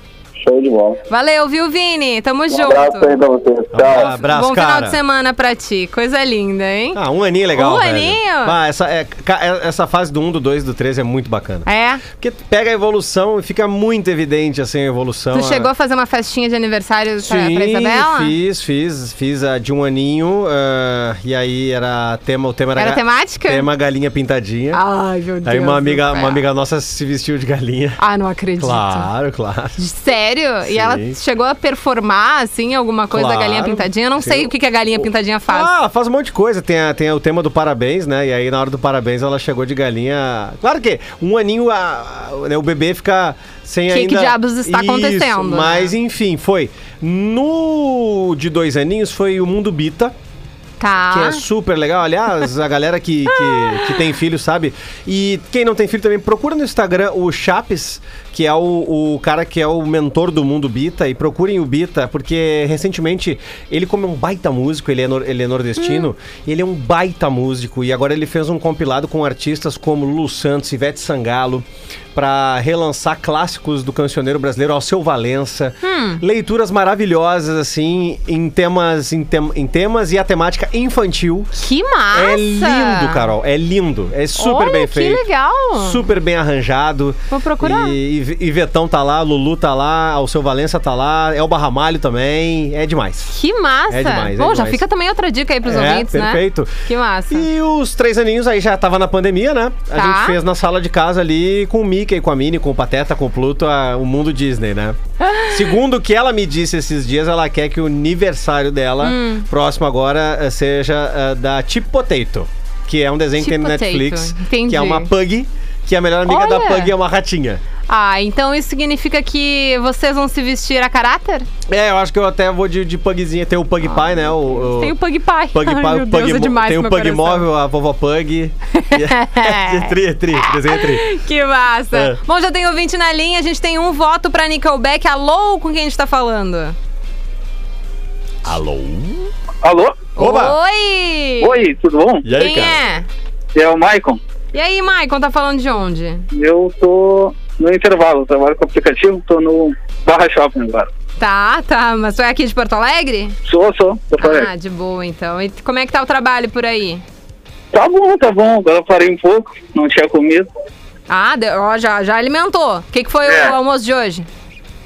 [SPEAKER 6] Show de bola.
[SPEAKER 3] Valeu, viu, Vini? Tamo
[SPEAKER 6] Um
[SPEAKER 3] junto.
[SPEAKER 6] abraço aí pra vocês. Tchau.
[SPEAKER 4] Abraço,
[SPEAKER 3] Bom final
[SPEAKER 4] cara.
[SPEAKER 3] de semana pra ti. Coisa linda, hein?
[SPEAKER 4] Ah, um aninho é legal,
[SPEAKER 3] Um
[SPEAKER 4] velho.
[SPEAKER 3] aninho?
[SPEAKER 4] Ah, essa, é, ca- é- essa fase do 1, do 2, do 3 é muito bacana.
[SPEAKER 3] É.
[SPEAKER 4] Porque pega a evolução e fica muito evidente, assim, a evolução.
[SPEAKER 3] Tu chegou
[SPEAKER 4] a...
[SPEAKER 3] a fazer uma festinha de aniversário pra, pra
[SPEAKER 4] Sim,
[SPEAKER 3] Isabela?
[SPEAKER 4] fiz, fiz, fiz a de um aninho, ah, e aí era tema, o tema era...
[SPEAKER 3] Era
[SPEAKER 4] ga-
[SPEAKER 3] temática?
[SPEAKER 4] Tema galinha pintadinha.
[SPEAKER 3] Ai, meu Deus.
[SPEAKER 4] aí uma
[SPEAKER 3] do
[SPEAKER 4] amiga,
[SPEAKER 3] céu.
[SPEAKER 4] uma amiga nossa se vestiu de galinha.
[SPEAKER 3] Ah, não acredito.
[SPEAKER 4] Claro, claro.
[SPEAKER 3] Sério? E
[SPEAKER 4] Sim.
[SPEAKER 3] ela chegou a performar, assim, alguma coisa da
[SPEAKER 4] Claro.
[SPEAKER 3] galinha pintadinha? Eu não
[SPEAKER 4] Sim.
[SPEAKER 3] sei o que, que a galinha pintadinha faz.
[SPEAKER 4] Ah, faz um monte de coisa. Tem, a- tem o tema do parabéns, né? E aí, na hora do parabéns, ela chegou de galinha. Claro que um aninho, a- a- né, o bebê fica sem
[SPEAKER 3] Que que
[SPEAKER 4] ainda...
[SPEAKER 3] diabos está acontecendo, né?
[SPEAKER 4] Mas, enfim, foi. No de dois aninhos, foi o Mundo Bita.
[SPEAKER 3] tá.
[SPEAKER 4] Que é super legal. Aliás, a galera que, que, que tem filho sabe. E quem não tem filho também, procura no Instagram o Chapes, que é o, o cara que é o mentor do mundo Bita. E procurem o Bita, porque recentemente ele, como é um baita músico, ele é, nor- ele é nordestino, ele é um baita músico. E agora ele fez um compilado com artistas como Lu Santos, Ivete Sangalo. pra relançar clássicos do cancioneiro brasileiro ao seu Valença.
[SPEAKER 3] Hum.
[SPEAKER 4] Leituras maravilhosas, assim, em temas, em, tem- em temas e a temática infantil.
[SPEAKER 3] Que massa!
[SPEAKER 4] É lindo, Carol. É lindo. É super
[SPEAKER 3] Olha,
[SPEAKER 4] bem
[SPEAKER 3] que
[SPEAKER 4] feito.
[SPEAKER 3] legal.
[SPEAKER 4] Super bem arranjado.
[SPEAKER 3] Vou procurar.
[SPEAKER 4] E, e, e Vetão tá lá, Lulu tá lá, o seu Valença tá lá, Elba Ramalho também. É demais.
[SPEAKER 3] Que massa!
[SPEAKER 4] É demais, é
[SPEAKER 3] Bom, já
[SPEAKER 4] demais.
[SPEAKER 3] fica também outra dica aí pros
[SPEAKER 4] É,
[SPEAKER 3] ouvintes, né?
[SPEAKER 4] perfeito.
[SPEAKER 3] Que massa.
[SPEAKER 4] E os três aninhos aí já tava na pandemia, né? A
[SPEAKER 3] Tá.
[SPEAKER 4] gente fez na sala de casa ali com o Mickey, com a Minnie, com o Pateta, com o Pluto, a- o mundo Disney, né? Segundo o que ela me disse esses dias, ela quer que o aniversário dela, próximo agora, eh, seja eh, da Chip Potato, que é um desenho que tem no
[SPEAKER 3] Chip Potato,
[SPEAKER 4] Netflix, que
[SPEAKER 3] entendi.
[SPEAKER 4] é uma pug, que a melhor amiga da
[SPEAKER 3] Olha.
[SPEAKER 4] pug é uma ratinha.
[SPEAKER 3] Ah, então isso significa que vocês vão se vestir a caráter?
[SPEAKER 4] É, eu acho que eu até vou de, de pugzinha. Tem o Pug Pie, né? O, o-
[SPEAKER 3] Tem o Pug Pai.
[SPEAKER 4] Pug Pie,
[SPEAKER 3] Ai,
[SPEAKER 4] o
[SPEAKER 3] meu
[SPEAKER 4] Pug
[SPEAKER 3] Deus, é
[SPEAKER 4] Mo-
[SPEAKER 3] demais
[SPEAKER 4] Tem o
[SPEAKER 3] meu
[SPEAKER 4] Pug
[SPEAKER 3] coração.
[SPEAKER 4] Móvel, a vovó Pug. é tri, é tri, desenho é tri.
[SPEAKER 3] Que massa.
[SPEAKER 4] É.
[SPEAKER 3] Bom, já tem ouvinte na linha, a gente tem um voto pra Nickelback. Alô, com quem a gente tá falando?
[SPEAKER 1] Alô?
[SPEAKER 6] Alô?
[SPEAKER 4] Oba!
[SPEAKER 3] Oi!
[SPEAKER 6] Oi, tudo bom?
[SPEAKER 4] E aí,
[SPEAKER 3] Quem
[SPEAKER 4] cara?
[SPEAKER 3] é?
[SPEAKER 6] É o Maicon.
[SPEAKER 3] E aí, Maicon, tá falando de onde?
[SPEAKER 6] Eu tô no intervalo, trabalho com aplicativo, tô no Barra Shopping agora.
[SPEAKER 3] Tá, tá, mas tu é aqui de Porto Alegre?
[SPEAKER 6] Sou, sou, tô
[SPEAKER 4] É.
[SPEAKER 6] falando.
[SPEAKER 3] Ah, de boa então. E como é que tá o trabalho por aí?
[SPEAKER 6] Tá bom, tá bom, agora eu parei um pouco, não tinha comido.
[SPEAKER 3] Ah, de- ó, já, já alimentou. O que, que foi
[SPEAKER 6] É.
[SPEAKER 3] o almoço de hoje?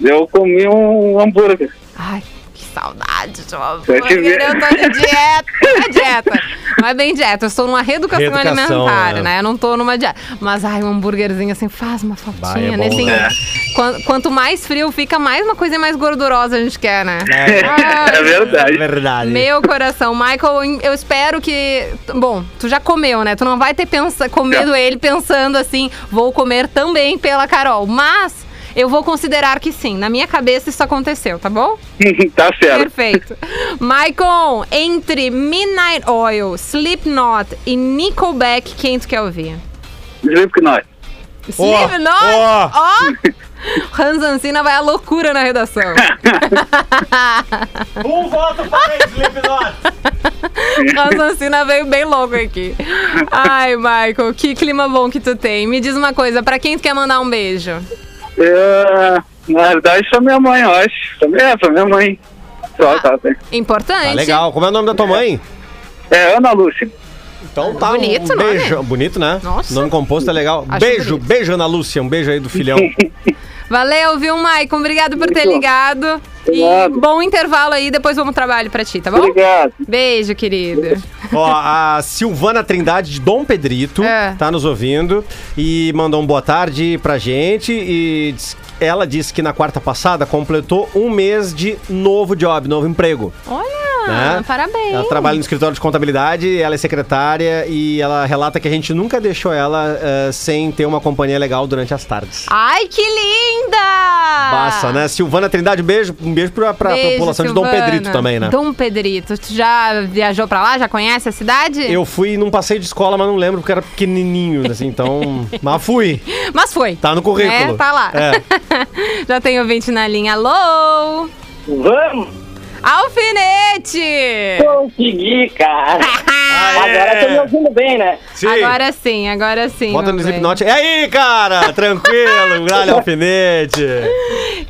[SPEAKER 6] Eu comi um hambúrguer.
[SPEAKER 3] Ai, que saudade de um
[SPEAKER 6] Eu te vi.
[SPEAKER 3] hambúrguer. Eu tô de dieta. Não é dieta. Não é bem dieta. Eu estou numa reeducação,
[SPEAKER 4] Reeducação,
[SPEAKER 3] alimentar,
[SPEAKER 4] é.
[SPEAKER 3] né? Eu não tô numa dieta. Mas, ai, um hambúrguerzinho assim faz uma faltinha,
[SPEAKER 4] Bah,
[SPEAKER 3] né?
[SPEAKER 4] é bom,
[SPEAKER 3] Assim,
[SPEAKER 4] né?
[SPEAKER 3] quan- quanto mais frio fica, mais uma coisinha mais gordurosa a gente quer, né? Ai,
[SPEAKER 6] É verdade.
[SPEAKER 4] verdade.
[SPEAKER 3] Meu coração, Michael, eu espero que. Bom, tu já comeu, né? Tu não vai ter pensa... comido ele pensando assim, vou comer também pela Carol. Mas eu vou considerar que sim. Na minha cabeça isso aconteceu, tá bom?
[SPEAKER 6] tá certo.
[SPEAKER 3] Perfeito. Michael, entre Midnight Oil, Slipknot e Nickelback, quem tu quer ouvir?
[SPEAKER 6] Sleep que nós.
[SPEAKER 3] Slipknot? Ó! Hans Ancina vai à loucura na redação.
[SPEAKER 4] Um voto para Slipknot!
[SPEAKER 3] A Sancina veio bem louco aqui. Ai, Michael, que clima bom que tu tem. Me diz uma coisa, pra quem tu quer mandar um beijo?
[SPEAKER 6] É, na verdade, sou minha mãe, eu acho. Também é, sou minha mãe. Só,
[SPEAKER 3] Ah.
[SPEAKER 6] tá, tá.
[SPEAKER 3] Importante.
[SPEAKER 4] Tá legal. Como é o nome da tua mãe?
[SPEAKER 6] É Ana Lúcia.
[SPEAKER 4] Então tá.
[SPEAKER 3] Bonito
[SPEAKER 4] um
[SPEAKER 3] nome.
[SPEAKER 4] beijo. Bonito, né?
[SPEAKER 3] Nossa.
[SPEAKER 4] Nome composto é legal.
[SPEAKER 3] Acho
[SPEAKER 4] beijo,
[SPEAKER 3] bonito.
[SPEAKER 4] beijo, Ana Lúcia. Um beijo aí do filhão.
[SPEAKER 3] Valeu, viu, Michael? Obrigado por ter
[SPEAKER 6] Muito.
[SPEAKER 3] ligado. E
[SPEAKER 6] Obrigado.
[SPEAKER 3] bom intervalo aí, depois vamos trabalho pra ti, tá bom?
[SPEAKER 6] Obrigado.
[SPEAKER 3] Beijo, querido.
[SPEAKER 4] Ó, a Silvana Trindade de Dom Pedrito
[SPEAKER 3] É.
[SPEAKER 4] tá nos ouvindo e mandou um boa tarde pra gente. E diz- ela disse que na quarta passada completou um mês de novo job, novo emprego.
[SPEAKER 3] Olha,
[SPEAKER 4] né?
[SPEAKER 3] parabéns.
[SPEAKER 4] Ela trabalha no escritório de contabilidade, ela é secretária e ela relata que a gente nunca deixou ela eh, sem ter uma companhia legal durante as tardes.
[SPEAKER 3] Ai, que linda!
[SPEAKER 4] Passa, né? Silvana Trindade, beijo. Um beijo pra, pra
[SPEAKER 3] Beijo,
[SPEAKER 4] população de Dom
[SPEAKER 3] Silvana.
[SPEAKER 4] Pedrito também, né?
[SPEAKER 3] Dom Pedrito, tu já viajou pra lá? Já conhece a cidade?
[SPEAKER 4] Eu fui num passeio de escola, mas não lembro porque era pequenininho, assim, então... mas fui.
[SPEAKER 3] Mas foi.
[SPEAKER 4] Tá no currículo.
[SPEAKER 3] É, tá lá.
[SPEAKER 4] É.
[SPEAKER 3] Já tem ouvinte na linha. Alô?
[SPEAKER 6] Vamos
[SPEAKER 3] Alfinete!
[SPEAKER 6] conseguir, cara. Agora tô me ouvindo bem, né?
[SPEAKER 4] Sim.
[SPEAKER 3] Ah, é. Agora sim, agora sim. meu
[SPEAKER 4] Bota no
[SPEAKER 3] bem.
[SPEAKER 4] Slipknot. E aí, cara? Tranquilo, gralha alfinete.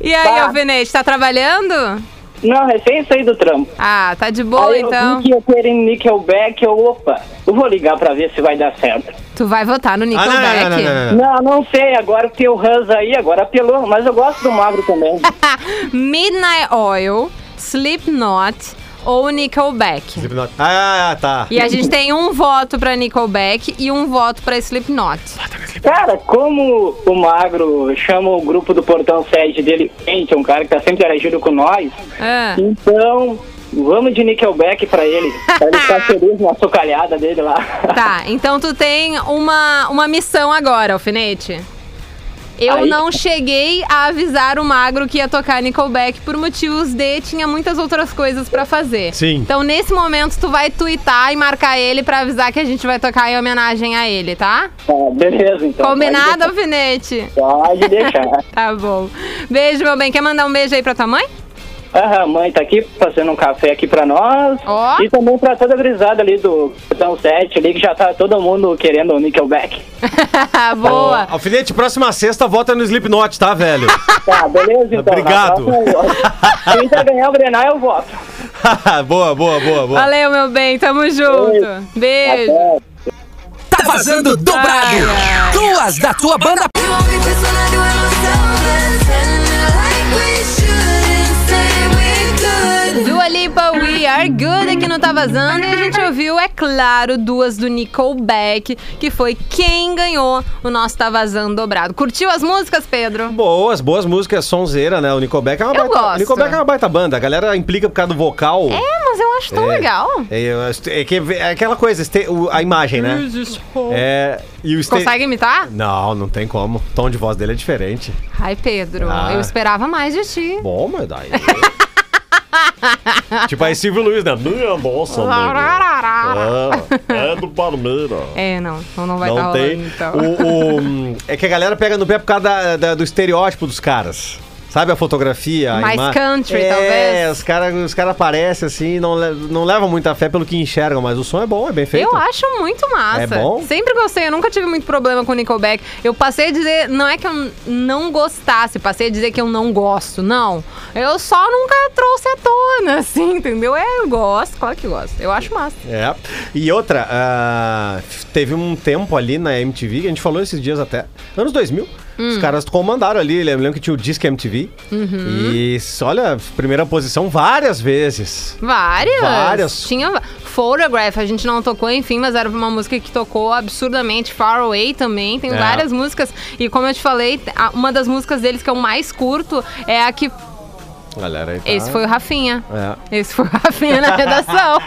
[SPEAKER 3] E aí,
[SPEAKER 6] Tá.
[SPEAKER 3] Alfinete, tá trabalhando?
[SPEAKER 6] Não, recém saí do trampo.
[SPEAKER 3] Ah, tá de boa
[SPEAKER 6] Aí eu
[SPEAKER 3] então.
[SPEAKER 6] vi que ia ter em Nickelback, eu, opa, eu vou ligar pra ver se vai dar certo.
[SPEAKER 3] Tu vai votar no
[SPEAKER 4] Ah,
[SPEAKER 3] Nickelback.
[SPEAKER 4] não, não, não, não, não, não.
[SPEAKER 6] Não, não sei, agora tem o Hans aí, agora apelou, mas eu gosto do magro também.
[SPEAKER 3] Midnight Oil, Slipknot ou Nickelback.
[SPEAKER 4] Slipknot. Ah, tá.
[SPEAKER 3] E a gente tem um voto pra Nickelback e um voto pra Slipknot.
[SPEAKER 6] Cara, como o Magro chama o grupo do Portão Sede dele, gente, é um cara que tá sempre interagindo com nós,
[SPEAKER 3] Ah.
[SPEAKER 6] então vamos de Nickelback pra ele, pra ele ficar feliz na socalhada dele lá.
[SPEAKER 3] Tá, então tu tem uma, uma missão agora, alfinete. Eu
[SPEAKER 6] Aí.
[SPEAKER 3] não cheguei a avisar o magro que ia tocar Nickelback por motivos de tinha muitas outras coisas pra fazer.
[SPEAKER 4] Sim.
[SPEAKER 3] Então nesse momento tu vai twittar e marcar ele pra avisar que a gente vai tocar em homenagem a ele, tá?
[SPEAKER 6] Tá, beleza, então.
[SPEAKER 3] Combinado, alfinete?
[SPEAKER 6] Pode deixar. Pode deixar.
[SPEAKER 3] Tá bom. Beijo, meu bem. Quer mandar um beijo aí pra tua mãe?
[SPEAKER 6] Aham, mãe tá aqui fazendo um café aqui pra nós.
[SPEAKER 3] Ó.
[SPEAKER 6] E também pra toda a brisada ali do Portão 7 ali, que já tá todo mundo querendo o Nickelback.
[SPEAKER 3] Boa.
[SPEAKER 4] Ó, Alfinete, próxima sexta, vota no Slipknot, tá, velho?
[SPEAKER 6] Tá, beleza então.
[SPEAKER 4] Obrigado.
[SPEAKER 6] Na próxima, Quem tá ganhar o Grenal, eu voto.
[SPEAKER 4] boa, boa, boa, boa.
[SPEAKER 3] Valeu, meu bem. Tamo junto. Beijo.
[SPEAKER 6] Até.
[SPEAKER 1] Tá vazando dobrado. Duas da tua banda.
[SPEAKER 3] Dua Lipa, We Are Good aqui não Tá Vazando. E a gente ouviu, é claro, duas do Nickelback, que foi quem ganhou o nosso Tá Vazando dobrado. Curtiu as músicas, Pedro?
[SPEAKER 4] Boas, boas músicas, sonzeira, né? O Nickelback é uma
[SPEAKER 3] Eu
[SPEAKER 4] baita.
[SPEAKER 3] gosto.
[SPEAKER 4] O Nickelback é uma baita banda. A galera implica por causa do vocal.
[SPEAKER 3] É, mas eu acho tão legal.
[SPEAKER 4] É, eu acho- é que- é aquela coisa, este- o- a imagem, né? É, e o este-
[SPEAKER 3] Consegue imitar?
[SPEAKER 4] Não, não tem como. O tom de voz dele é diferente.
[SPEAKER 3] Ai, Pedro,
[SPEAKER 4] Ah.
[SPEAKER 3] eu esperava mais de ti.
[SPEAKER 4] Bom, mas daí. tipo aí Silvio Luiz, né? Minha nossa, amigo. É, é do Palmeiras.
[SPEAKER 3] É, não, então não vai estar
[SPEAKER 4] Não
[SPEAKER 3] tá
[SPEAKER 4] tem.
[SPEAKER 3] rolando, então.
[SPEAKER 4] O- o- é que a galera pega no pé por causa da- da- do estereótipo dos caras. Sabe a fotografia? a
[SPEAKER 3] Mais
[SPEAKER 4] ima-
[SPEAKER 3] country,
[SPEAKER 4] é,
[SPEAKER 3] talvez.
[SPEAKER 4] os caras os cara aparecem assim, não, le- não levam muita fé pelo que enxergam, mas o som é bom, é bem feito.
[SPEAKER 3] Eu acho muito massa.
[SPEAKER 4] É bom?
[SPEAKER 3] Sempre gostei, eu nunca tive muito problema com Nickelback. Eu passei a dizer, não é que eu n- não gostasse, passei a dizer que eu não gosto, não. Eu só nunca trouxe à tona, assim, entendeu? É, eu gosto, claro que gosto. Eu acho massa.
[SPEAKER 4] É. E outra, ah, f- teve um tempo ali na MTV, que a gente falou esses dias até, anos 2000, os
[SPEAKER 3] Hum.
[SPEAKER 4] caras comandaram ali, eu lembro que tinha o Disque MTV,
[SPEAKER 3] Uhum.
[SPEAKER 4] e olha, primeira posição várias vezes.
[SPEAKER 3] Várias.
[SPEAKER 4] Várias.
[SPEAKER 3] Tinha va- Photograph, a gente não tocou, enfim, mas era uma música que tocou absurdamente. Far Away também, tem
[SPEAKER 4] É.
[SPEAKER 3] várias músicas. E como eu te falei, a- uma das músicas deles que eu mais curto é a que...
[SPEAKER 4] Galera, aí tá-
[SPEAKER 3] Esse foi o Rafinha.
[SPEAKER 4] É.
[SPEAKER 3] Esse foi o Rafinha na redação.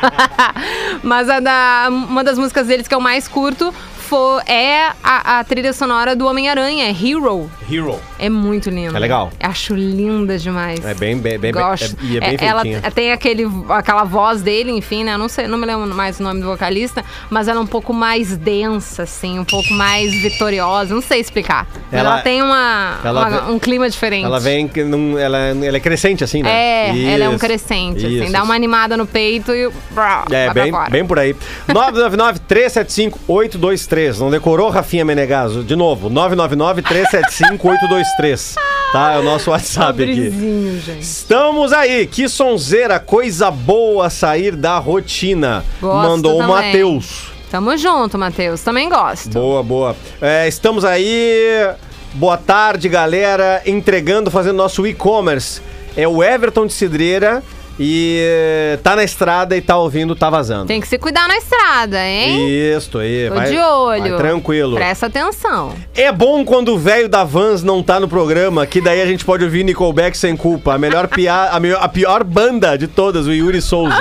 [SPEAKER 3] Mas a da- uma das músicas deles que eu mais curto fo- é a, a trilha sonora do Homem-Aranha, é Hero.
[SPEAKER 4] Hero.
[SPEAKER 3] É muito linda.
[SPEAKER 4] É legal.
[SPEAKER 3] Acho linda demais.
[SPEAKER 4] É bem, bem, bem, bem-
[SPEAKER 3] Gosto.
[SPEAKER 4] é- e é bem
[SPEAKER 3] ela
[SPEAKER 4] feitinha.
[SPEAKER 3] tem aquele, aquela voz dele, enfim, né? Eu Não sei, não me lembro mais o nome do vocalista, mas ela é um pouco mais densa, assim, um pouco mais vitoriosa. Não sei explicar. Ela,
[SPEAKER 4] Ela-
[SPEAKER 3] ela tem uma,
[SPEAKER 4] ela
[SPEAKER 3] uma-
[SPEAKER 4] vem-
[SPEAKER 3] um clima diferente.
[SPEAKER 4] Ela vem, que num- ela, ela é crescente assim, né?
[SPEAKER 3] É, ela é um
[SPEAKER 4] Isso,
[SPEAKER 3] crescente, assim,
[SPEAKER 4] isso,
[SPEAKER 3] dá uma
[SPEAKER 4] isso.
[SPEAKER 3] animada no peito e. brá,
[SPEAKER 4] É,
[SPEAKER 3] vai
[SPEAKER 4] bem,
[SPEAKER 3] pra fora.
[SPEAKER 4] bem por aí. 999-375-823. Não decorou, Rafinha Menegaso? De novo, 999-375-823. Tá, é o nosso WhatsApp aqui.
[SPEAKER 3] Pobrezinho, gente.
[SPEAKER 4] Estamos aí. Que sonzeira, coisa boa sair da rotina.
[SPEAKER 3] Gosto
[SPEAKER 4] Mandou o
[SPEAKER 3] também.
[SPEAKER 4] Matheus.
[SPEAKER 3] Tamo junto, Matheus. Também gosto.
[SPEAKER 4] Boa, boa. É, estamos aí. Boa tarde, galera. Entregando, fazendo nosso e-commerce. É o Everton de Cidreira e eh, tá na estrada e tá ouvindo, tá vazando.
[SPEAKER 3] Tem que se cuidar na estrada, hein?
[SPEAKER 4] Isso aí,
[SPEAKER 3] Tô
[SPEAKER 4] vai,
[SPEAKER 3] de olho.
[SPEAKER 4] vai tranquilo.
[SPEAKER 3] Presta atenção.
[SPEAKER 4] É bom quando o velho da Vans não tá no programa, que daí a gente pode ouvir Nickelback sem culpa. A melhor pia, a, melhor- a pior banda de todas, o Yuri Souza.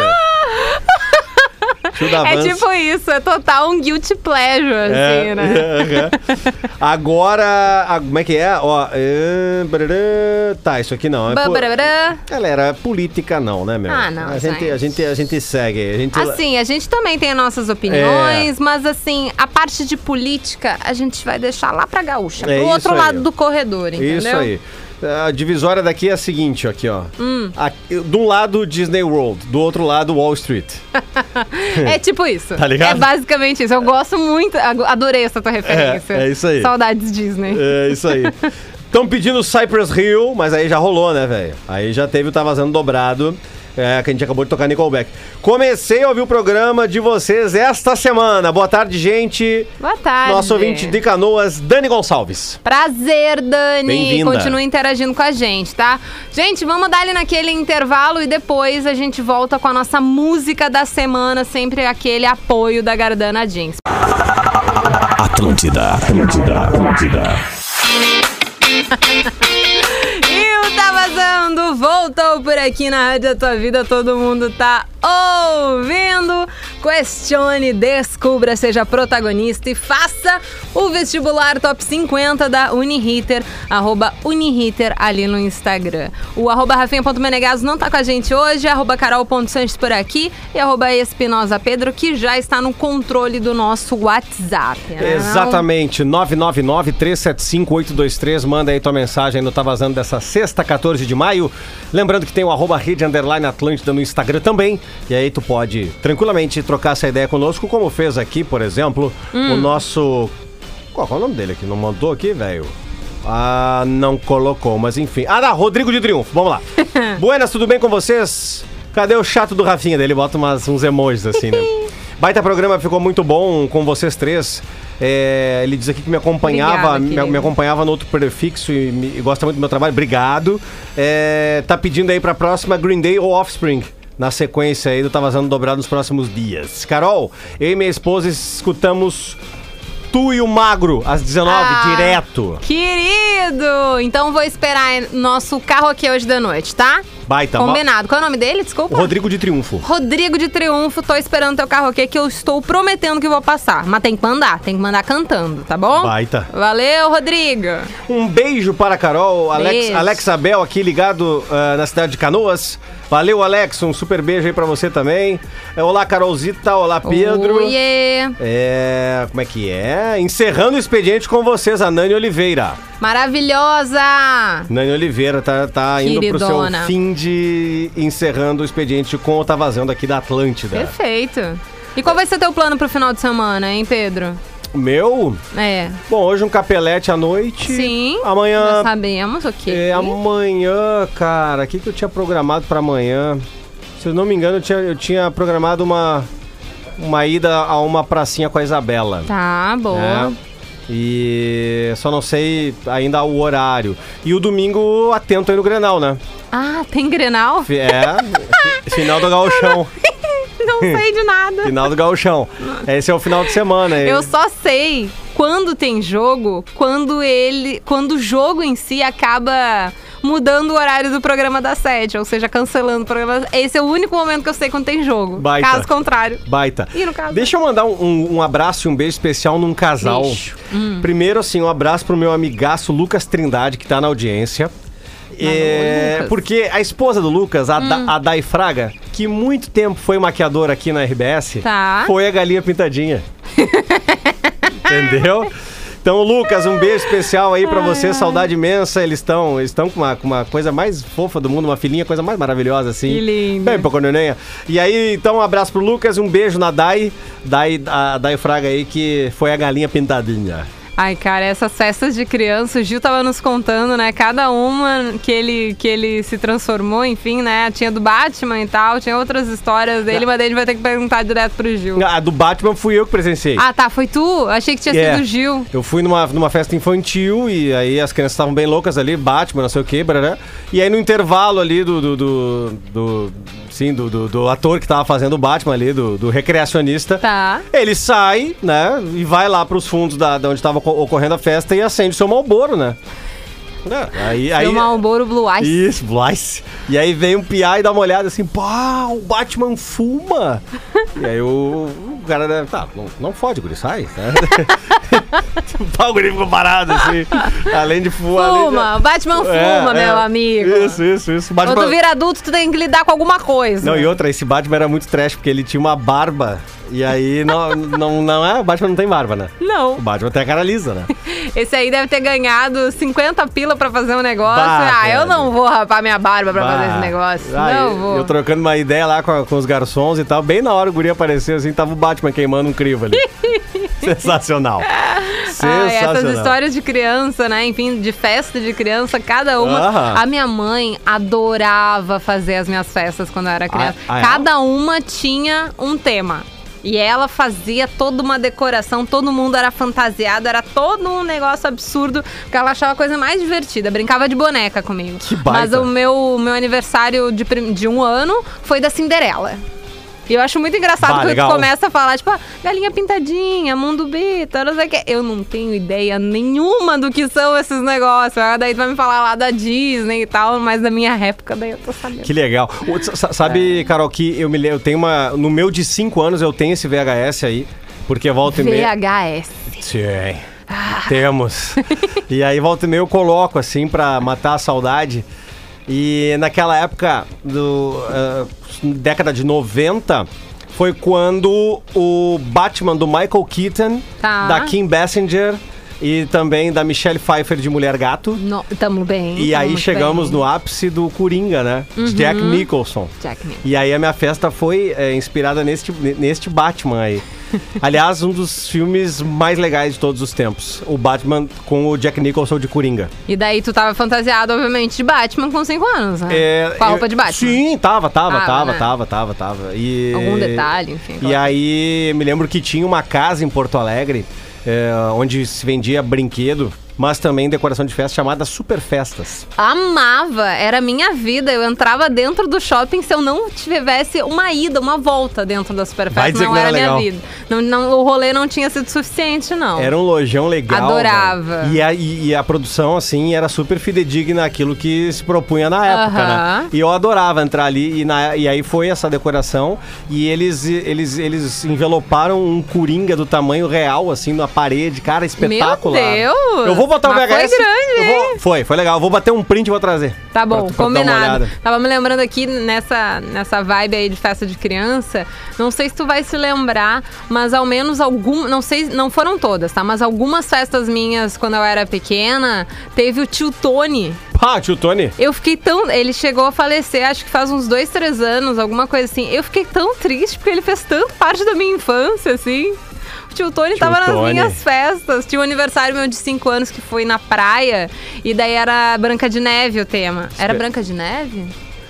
[SPEAKER 4] Tio da
[SPEAKER 3] É
[SPEAKER 4] Vans.
[SPEAKER 3] tipo isso, é total um guilty pleasure, assim,
[SPEAKER 4] É,
[SPEAKER 3] né?
[SPEAKER 4] aham. Agora, a- como é que é? Ó, é, brará, tá, isso aqui não. É po-
[SPEAKER 3] Babará.
[SPEAKER 4] Galera, política não, né, meu?
[SPEAKER 3] Ah, não,
[SPEAKER 4] A gente, a gente, a gente segue. A gente
[SPEAKER 3] Assim, a gente também tem as nossas opiniões,
[SPEAKER 4] É.
[SPEAKER 3] mas assim, a parte de política a gente vai deixar lá pra gaúcha,
[SPEAKER 4] É
[SPEAKER 3] pro
[SPEAKER 4] isso
[SPEAKER 3] outro
[SPEAKER 4] aí,
[SPEAKER 3] lado
[SPEAKER 4] ó.
[SPEAKER 3] do corredor, entendeu?
[SPEAKER 4] Isso aí. A divisória daqui é a seguinte, aqui, ó.
[SPEAKER 3] Hum.
[SPEAKER 4] Aqui, de um lado, Disney World. Do outro lado, Wall Street.
[SPEAKER 3] É tipo isso.
[SPEAKER 4] Tá
[SPEAKER 3] É
[SPEAKER 4] ligado?
[SPEAKER 3] basicamente isso. Eu gosto muito, ag- adorei essa tua referência.
[SPEAKER 4] é isso aí.
[SPEAKER 3] Saudades Disney.
[SPEAKER 4] É isso aí. Estão pedindo Cypress Hill, mas aí já rolou, né, velho? Aí já teve o Tá Vazando Dobrado, é, que a gente acabou de tocar Nickelback. Comecei a ouvir o programa de vocês esta semana. Boa tarde, gente.
[SPEAKER 3] Boa tarde.
[SPEAKER 4] Nosso ouvinte de Canoas, Dani Gonçalves.
[SPEAKER 3] Prazer, Dani.
[SPEAKER 4] Bem-vinda.
[SPEAKER 3] Continua interagindo com a gente, tá? Gente, vamos dar ali naquele intervalo e depois a gente volta com a nossa música da semana, sempre aquele apoio da Gardana Jeans.
[SPEAKER 1] Atlântida, Atlântida, Atlântida.
[SPEAKER 3] E o Tá Vazando voltou por aqui na Rádio A Tua Vida, todo mundo tá ouvindo. Questione, descubra, seja protagonista e faça o vestibular top 50 da Uniriter, arroba Uniriter ali no Instagram. O arroba rafinha.menegaso não tá com a gente hoje, arroba carol.sanches por aqui e arroba espinosa pedro, que já está no controle do nosso WhatsApp. né?
[SPEAKER 4] Exatamente, 999-375-823. Manda aí tua mensagem no Tá Vazando dessa sexta, 14 de maio. Lembrando que tem o arroba rede underline Atlântida no Instagram também. E aí tu pode tranquilamente trocar essa ideia conosco, como fez aqui, por exemplo, o nosso. Qual, qual é o nome dele aqui? Não mandou aqui, velho? Ah, não colocou, mas enfim. Ah, tá, Rodrigo de Triunfo, vamos lá. Buenas, tudo bem com vocês? Cadê o chato do Rafinha dele? Bota umas, uns emojis assim, né? Baita programa, ficou muito bom com vocês três. É, ele diz aqui que me acompanhava,
[SPEAKER 3] Obrigada,
[SPEAKER 4] me,
[SPEAKER 3] querido.
[SPEAKER 4] me acompanhava no outro prefixo e, me- e gosta muito do meu trabalho. Obrigado. É, tá pedindo aí pra próxima Green Day ou Offspring. Na sequência aí do Tá Vazando Dobrado nos próximos dias. Carol, eu e minha esposa escutamos Tu e o Magro às 19,
[SPEAKER 3] Ah.
[SPEAKER 4] direto.
[SPEAKER 3] Querido! Então vou esperar nosso carro aqui hoje da noite, tá?
[SPEAKER 4] Baita, ma-
[SPEAKER 3] Combinado. Qual é o nome dele? Desculpa.
[SPEAKER 4] Rodrigo de Triunfo.
[SPEAKER 3] Rodrigo de Triunfo, tô esperando teu carro aqui que eu estou prometendo que vou passar. Mas tem que mandar, tem que mandar cantando, tá bom?
[SPEAKER 4] Baita.
[SPEAKER 3] Valeu, Rodrigo.
[SPEAKER 4] Um beijo para a Carol, Alex,
[SPEAKER 3] Beijo.
[SPEAKER 4] Alex Abel aqui ligado ah, na cidade de Canoas. Valeu, Alex, um super beijo aí para você também. É, Olá, Carolzita, olá, Pedro.
[SPEAKER 3] Oiê.
[SPEAKER 4] É, como é que é? Encerrando o expediente com vocês, a Nani Oliveira.
[SPEAKER 3] Maravilhosa.
[SPEAKER 4] Nani Oliveira tá, tá indo pro seu
[SPEAKER 3] Queridona.
[SPEAKER 4] fim de encerrando o expediente com o Tá Vazando aqui da Atlântida.
[SPEAKER 3] Perfeito. E qual vai ser teu plano pro final de semana, hein, Pedro?
[SPEAKER 4] Meu,
[SPEAKER 3] É.
[SPEAKER 4] bom, hoje um capelete à noite.
[SPEAKER 3] Sim.
[SPEAKER 4] Amanhã
[SPEAKER 3] Nós sabemos o quê?
[SPEAKER 4] É, amanhã, cara, o que, que eu tinha programado pra amanhã? Se eu não me engano, eu tinha, eu tinha programado uma, uma ida a uma pracinha com a Isabela.
[SPEAKER 3] Tá, boa.
[SPEAKER 4] né? E só não sei ainda o horário. E o domingo atento aí no Grenal, né?
[SPEAKER 3] Ah, tem Grenal?
[SPEAKER 4] Fi- É, fi- final do gauchão.
[SPEAKER 3] Não sei de nada.
[SPEAKER 4] Final do gauchão. Esse é o final de semana. e-
[SPEAKER 3] Eu só sei quando tem jogo, quando ele. Quando o jogo em si acaba mudando o horário do programa da sede, ou seja, cancelando o programa. Esse é o único momento que eu sei quando tem jogo.
[SPEAKER 4] Baita.
[SPEAKER 3] Caso contrário.
[SPEAKER 4] Baita.
[SPEAKER 3] E no caso?
[SPEAKER 4] Deixa eu mandar um, um- um abraço e um beijo especial num casal.
[SPEAKER 3] Beijo. Hum.
[SPEAKER 4] Primeiro, assim, um abraço pro meu amigaço Lucas Trindade, que tá na audiência. É,
[SPEAKER 3] Lucas. Hum.
[SPEAKER 4] porque a esposa do Lucas, a, Da- a Dai Fraga, que muito tempo foi maquiadora aqui na RBS,
[SPEAKER 3] Tá.
[SPEAKER 4] foi a galinha pintadinha. Entendeu? Então, Lucas, um beijo especial aí pra você, saudade imensa. Eles estão eles estão com, uma, com uma coisa mais fofa do mundo, uma filhinha, coisa mais maravilhosa, assim.
[SPEAKER 3] Que lindo.
[SPEAKER 4] Bem pequenininha. E aí, então, um abraço pro Lucas, um beijo na Dai, Dai a Dai Fraga aí, que foi a galinha pintadinha.
[SPEAKER 3] Ai, cara, essas festas de criança, o Gil tava nos contando, né? Cada uma que ele, que ele se transformou, enfim, né? Tinha do Batman e tal, tinha outras histórias
[SPEAKER 4] Ah.
[SPEAKER 3] dele, mas daí a gente vai ter que perguntar direto pro Gil.
[SPEAKER 4] A do Batman fui eu que presenciei.
[SPEAKER 3] Ah, tá, foi tu? Achei que tinha
[SPEAKER 4] É.
[SPEAKER 3] sido o Gil.
[SPEAKER 4] Eu fui numa, numa festa infantil e aí as crianças estavam bem loucas ali, Batman, não sei o que, né? E aí no intervalo ali do. do, do, do- sim, do, do, do ator que tava fazendo o Batman ali, do, do recreacionista.
[SPEAKER 3] Tá.
[SPEAKER 4] Ele sai, né? E vai lá pros fundos da, da onde tava co- ocorrendo a festa e acende o seu malboro, né? É, Aí, aí,
[SPEAKER 3] Deu uma Malboro um Blue Eyes.
[SPEAKER 4] Isso, Blice. E aí vem um piá e dá uma olhada assim, pá, o Batman fuma. E aí o, o cara, né, tá, não, não fode, guri, sai. né? Pá, o guri ficou parado assim. Além de fumar. além de-
[SPEAKER 3] Fuma, Batman
[SPEAKER 4] É,
[SPEAKER 3] fuma,
[SPEAKER 4] é.
[SPEAKER 3] meu amigo.
[SPEAKER 4] Isso, isso, isso.
[SPEAKER 3] Quando tu vira adulto, tu tem que lidar com alguma coisa.
[SPEAKER 4] Não, e outra, esse Batman era muito trash, porque ele tinha uma barba. E aí, não, não, não é, o Batman não tem barba, né?
[SPEAKER 3] Não.
[SPEAKER 4] O Batman tem a cara lisa, né?
[SPEAKER 3] Esse aí deve ter ganhado 50 pila pra fazer um negócio.
[SPEAKER 4] Bah,
[SPEAKER 3] ah, eu
[SPEAKER 4] velho.
[SPEAKER 3] não vou rapar minha barba pra fazer
[SPEAKER 4] Bah.
[SPEAKER 3] esse negócio.
[SPEAKER 4] Ah,
[SPEAKER 3] não
[SPEAKER 4] eu,
[SPEAKER 3] vou.
[SPEAKER 4] eu trocando uma ideia lá com, a- com os garçons e tal. Bem na hora o guri apareceu assim, tava o Batman queimando um crivo ali. Sensacional. Sensacional.
[SPEAKER 3] Ah, essas histórias de criança, né? Enfim, de festa de criança, cada uma.
[SPEAKER 4] Aham.
[SPEAKER 3] A minha mãe adorava fazer as minhas festas quando eu era criança.
[SPEAKER 4] ah, é?
[SPEAKER 3] cada uma tinha um tema. E ela fazia toda uma decoração, todo mundo era fantasiado, era todo um negócio absurdo, porque ela achava a coisa mais divertida. Brincava de boneca comigo.
[SPEAKER 4] Que baita.
[SPEAKER 3] Mas o meu, o meu aniversário de, prim- de um ano foi da Cinderela. E E eu acho muito engraçado
[SPEAKER 4] Bah,
[SPEAKER 3] quando
[SPEAKER 4] legal.
[SPEAKER 3] tu começa a falar, tipo, ah, galinha pintadinha, mundo beta, não sei o que. Eu não tenho ideia nenhuma do que são esses negócios. Ah, Daí tu vai me falar lá da Disney e tal, mas da minha época, daí eu tô sabendo.
[SPEAKER 4] Que legal. O- sa- sa- Sabe,
[SPEAKER 3] É.
[SPEAKER 4] Carol, que eu me le- eu tenho uma. No meu de 5 anos eu tenho esse VHS aí. Porque volta e meia.
[SPEAKER 3] VHS.
[SPEAKER 4] Sim. Temos. e aí volta e meia eu coloco, assim, pra matar a saudade. E naquela época, do ah, década de 90, foi quando o Batman do Michael Keaton,
[SPEAKER 3] Tá.
[SPEAKER 4] da Kim Basinger e também da Michelle Pfeiffer de Mulher Gato.
[SPEAKER 3] No, tamo bem. Uhum.
[SPEAKER 4] E
[SPEAKER 3] tamo
[SPEAKER 4] aí
[SPEAKER 3] Hum. muito
[SPEAKER 4] chegamos
[SPEAKER 3] bem.
[SPEAKER 4] no ápice do Coringa, né? De Jack Nicholson.
[SPEAKER 3] Jack Nicholson.
[SPEAKER 4] E aí a minha festa foi é, inspirada neste, neste Batman aí. Aliás, um dos filmes mais legais de todos os tempos. O Batman com o Jack Nicholson de Coringa.
[SPEAKER 3] E daí tu tava fantasiado, obviamente, de Batman com 5 anos, né?
[SPEAKER 4] É,
[SPEAKER 3] com a roupa
[SPEAKER 4] eu-
[SPEAKER 3] de Batman.
[SPEAKER 4] Sim, tava, tava,
[SPEAKER 3] Tava,
[SPEAKER 4] tava,
[SPEAKER 3] né?
[SPEAKER 4] tava, tava, tava. E,
[SPEAKER 3] Algum detalhe, enfim,
[SPEAKER 4] E
[SPEAKER 3] claro.
[SPEAKER 4] aí, me lembro que tinha uma casa em Porto Alegre é, onde se vendia brinquedo, mas também decoração de festa chamada Super Festas.
[SPEAKER 3] Amava, era minha vida. Eu entrava dentro do shopping se eu não tivesse uma ida, uma volta dentro da
[SPEAKER 4] Vai
[SPEAKER 3] Superfest.
[SPEAKER 4] dizer
[SPEAKER 3] Não
[SPEAKER 4] que não
[SPEAKER 3] era
[SPEAKER 4] era
[SPEAKER 3] minha
[SPEAKER 4] legal.
[SPEAKER 3] vida. Não, não- o rolê não tinha sido suficiente, não.
[SPEAKER 4] Era um lojão legal.
[SPEAKER 3] Adorava.
[SPEAKER 4] velho. E a, e- e a produção, assim, era super fidedigna aquilo que se propunha na época,
[SPEAKER 3] Aham.
[SPEAKER 4] né? E eu adorava entrar ali. E, na- e aí foi essa decoração. E eles, eles, eles enveloparam um coringa do tamanho real, assim, na parede. Cara, espetacular.
[SPEAKER 3] Deus!
[SPEAKER 4] Eu vou botar o
[SPEAKER 3] Mas
[SPEAKER 4] VHS.
[SPEAKER 3] foi grande,
[SPEAKER 4] eu vou- foi, foi legal. Eu vou bater um print e vou trazer.
[SPEAKER 3] Tá bom,
[SPEAKER 4] Pra tu- pra tu dar uma
[SPEAKER 3] combinado.
[SPEAKER 4] olhada.
[SPEAKER 3] Tava me lembrando aqui nessa, nessa vibe aí de festa de criança. Não sei se tu vai se lembrar, mas ao menos algum, não sei, não foram todas, tá? Mas algumas festas minhas quando eu era pequena, teve o tio Tony.
[SPEAKER 4] Pá, tio Tony.
[SPEAKER 3] Eu fiquei tão, ele chegou a falecer, acho que faz uns dois, três anos, alguma coisa assim. Eu fiquei tão triste porque ele fez tanto parte da minha infância, assim. O tio Tony tava nas
[SPEAKER 4] Tony.
[SPEAKER 3] minhas festas. Tinha um aniversário meu de cinco anos que foi na praia. E daí era Branca de Neve o tema. Era
[SPEAKER 4] Espe-
[SPEAKER 3] Branca de Neve?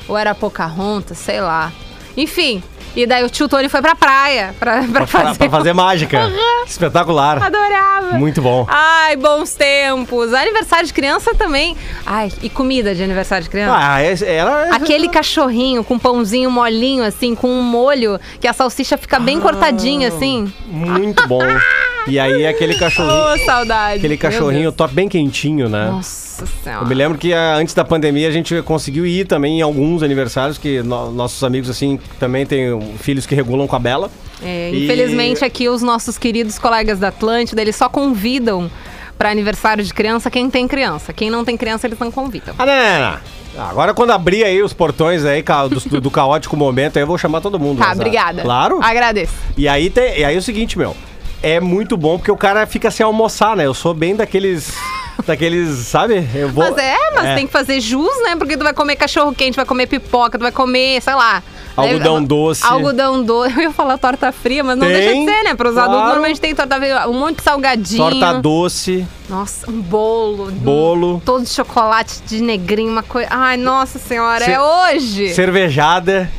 [SPEAKER 3] Ou era Pocahontas? Sei lá. Enfim. E daí o tio Tony foi pra praia pra, pra
[SPEAKER 4] Pra,
[SPEAKER 3] fazer. um-
[SPEAKER 4] pra fazer mágica. Espetacular.
[SPEAKER 3] Adorava.
[SPEAKER 4] Muito bom.
[SPEAKER 3] Ai, bons tempos. Aniversário de criança também. Ai, e comida de aniversário de criança?
[SPEAKER 4] Ah, esse- era.
[SPEAKER 3] Aquele cachorrinho com pãozinho molinho, assim, com um molho, que a salsicha fica
[SPEAKER 4] Ah.
[SPEAKER 3] bem cortadinha, assim.
[SPEAKER 4] Muito bom. E aí aquele
[SPEAKER 3] Ô,
[SPEAKER 4] cachorrinho,
[SPEAKER 3] saudade.
[SPEAKER 4] aquele
[SPEAKER 3] Meu
[SPEAKER 4] cachorrinho
[SPEAKER 3] Deus.
[SPEAKER 4] top bem quentinho, né?
[SPEAKER 3] Nossa
[SPEAKER 4] Eu me
[SPEAKER 3] senhora.
[SPEAKER 4] lembro que ah, antes da pandemia a gente conseguiu ir também em alguns aniversários que no- nossos amigos assim também têm um, filhos que regulam com a Bela.
[SPEAKER 3] É, infelizmente,
[SPEAKER 4] E-
[SPEAKER 3] aqui os nossos queridos colegas da Atlântida, eles só convidam pra aniversário de criança quem tem criança. Quem não tem criança, eles não convidam.
[SPEAKER 4] Ah, não, não, não, não. Agora quando abrir aí os portões aí ca- do, do- do caótico momento, aí eu vou chamar todo mundo.
[SPEAKER 3] Tá,
[SPEAKER 4] mas, ah,
[SPEAKER 3] obrigada.
[SPEAKER 4] Claro.
[SPEAKER 3] Agradeço.
[SPEAKER 4] E aí, tem, e aí é o seguinte, meu. É muito bom porque o cara fica sem almoçar, né? Eu sou bem daqueles. daqueles, sabe? Eu vou.
[SPEAKER 3] Mas é, mas tem que fazer jus, né? Porque tu vai comer cachorro quente, vai comer pipoca, tu vai comer, sei lá.
[SPEAKER 4] Algodão
[SPEAKER 3] né?
[SPEAKER 4] doce.
[SPEAKER 3] Algodão doce. Eu ia falar torta fria, mas não
[SPEAKER 4] Tem,
[SPEAKER 3] deixa de ser, né? Para os adultos
[SPEAKER 4] claro.
[SPEAKER 3] normalmente tem torta fria, um monte de salgadinho.
[SPEAKER 4] Torta doce.
[SPEAKER 3] Nossa, um bolo. um-
[SPEAKER 4] Bolo.
[SPEAKER 3] todo de chocolate de negrinho, uma coisa. Ai, nossa senhora,
[SPEAKER 4] Cê-
[SPEAKER 3] é hoje.
[SPEAKER 4] Cervejada.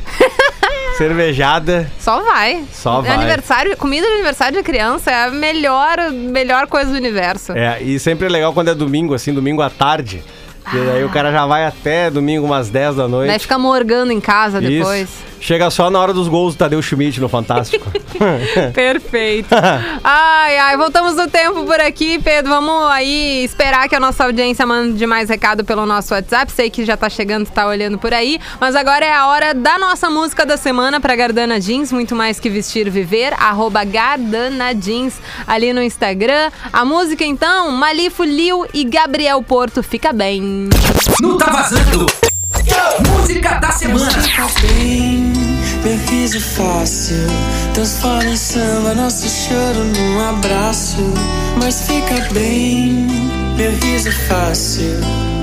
[SPEAKER 4] cervejada.
[SPEAKER 3] Só vai. É
[SPEAKER 4] Só vai.
[SPEAKER 3] Aniversário, comida de aniversário de criança é a melhor, melhor coisa do universo.
[SPEAKER 4] É, e sempre é legal quando é domingo, assim, domingo à tarde.
[SPEAKER 3] Ah.
[SPEAKER 4] E aí o cara já vai até domingo umas 10 da noite.
[SPEAKER 3] Vai ficar morgando em casa
[SPEAKER 4] Isso.
[SPEAKER 3] depois.
[SPEAKER 4] Chega só na hora dos gols do Tadeu Schmidt no Fantástico.
[SPEAKER 3] Perfeito. Ai, ai, voltamos no tempo por aqui, Pedro. Vamos aí esperar que a nossa audiência mande mais recado pelo nosso WhatsApp. Sei que já tá chegando, tá olhando por aí. Mas agora é a hora da nossa música da semana pra Gardana Jeans, muito mais que vestir, viver. Arroba Gardana Jeans ali no Instagram. A música então, Malifo Liu e Gabriel Porto. Fica bem.
[SPEAKER 2] Não tá vazando. Música da semana.
[SPEAKER 5] Bem, minha vida é fácil. Transforma em samba nosso choro num abraço. Mas fica bem, meu riso é fácil.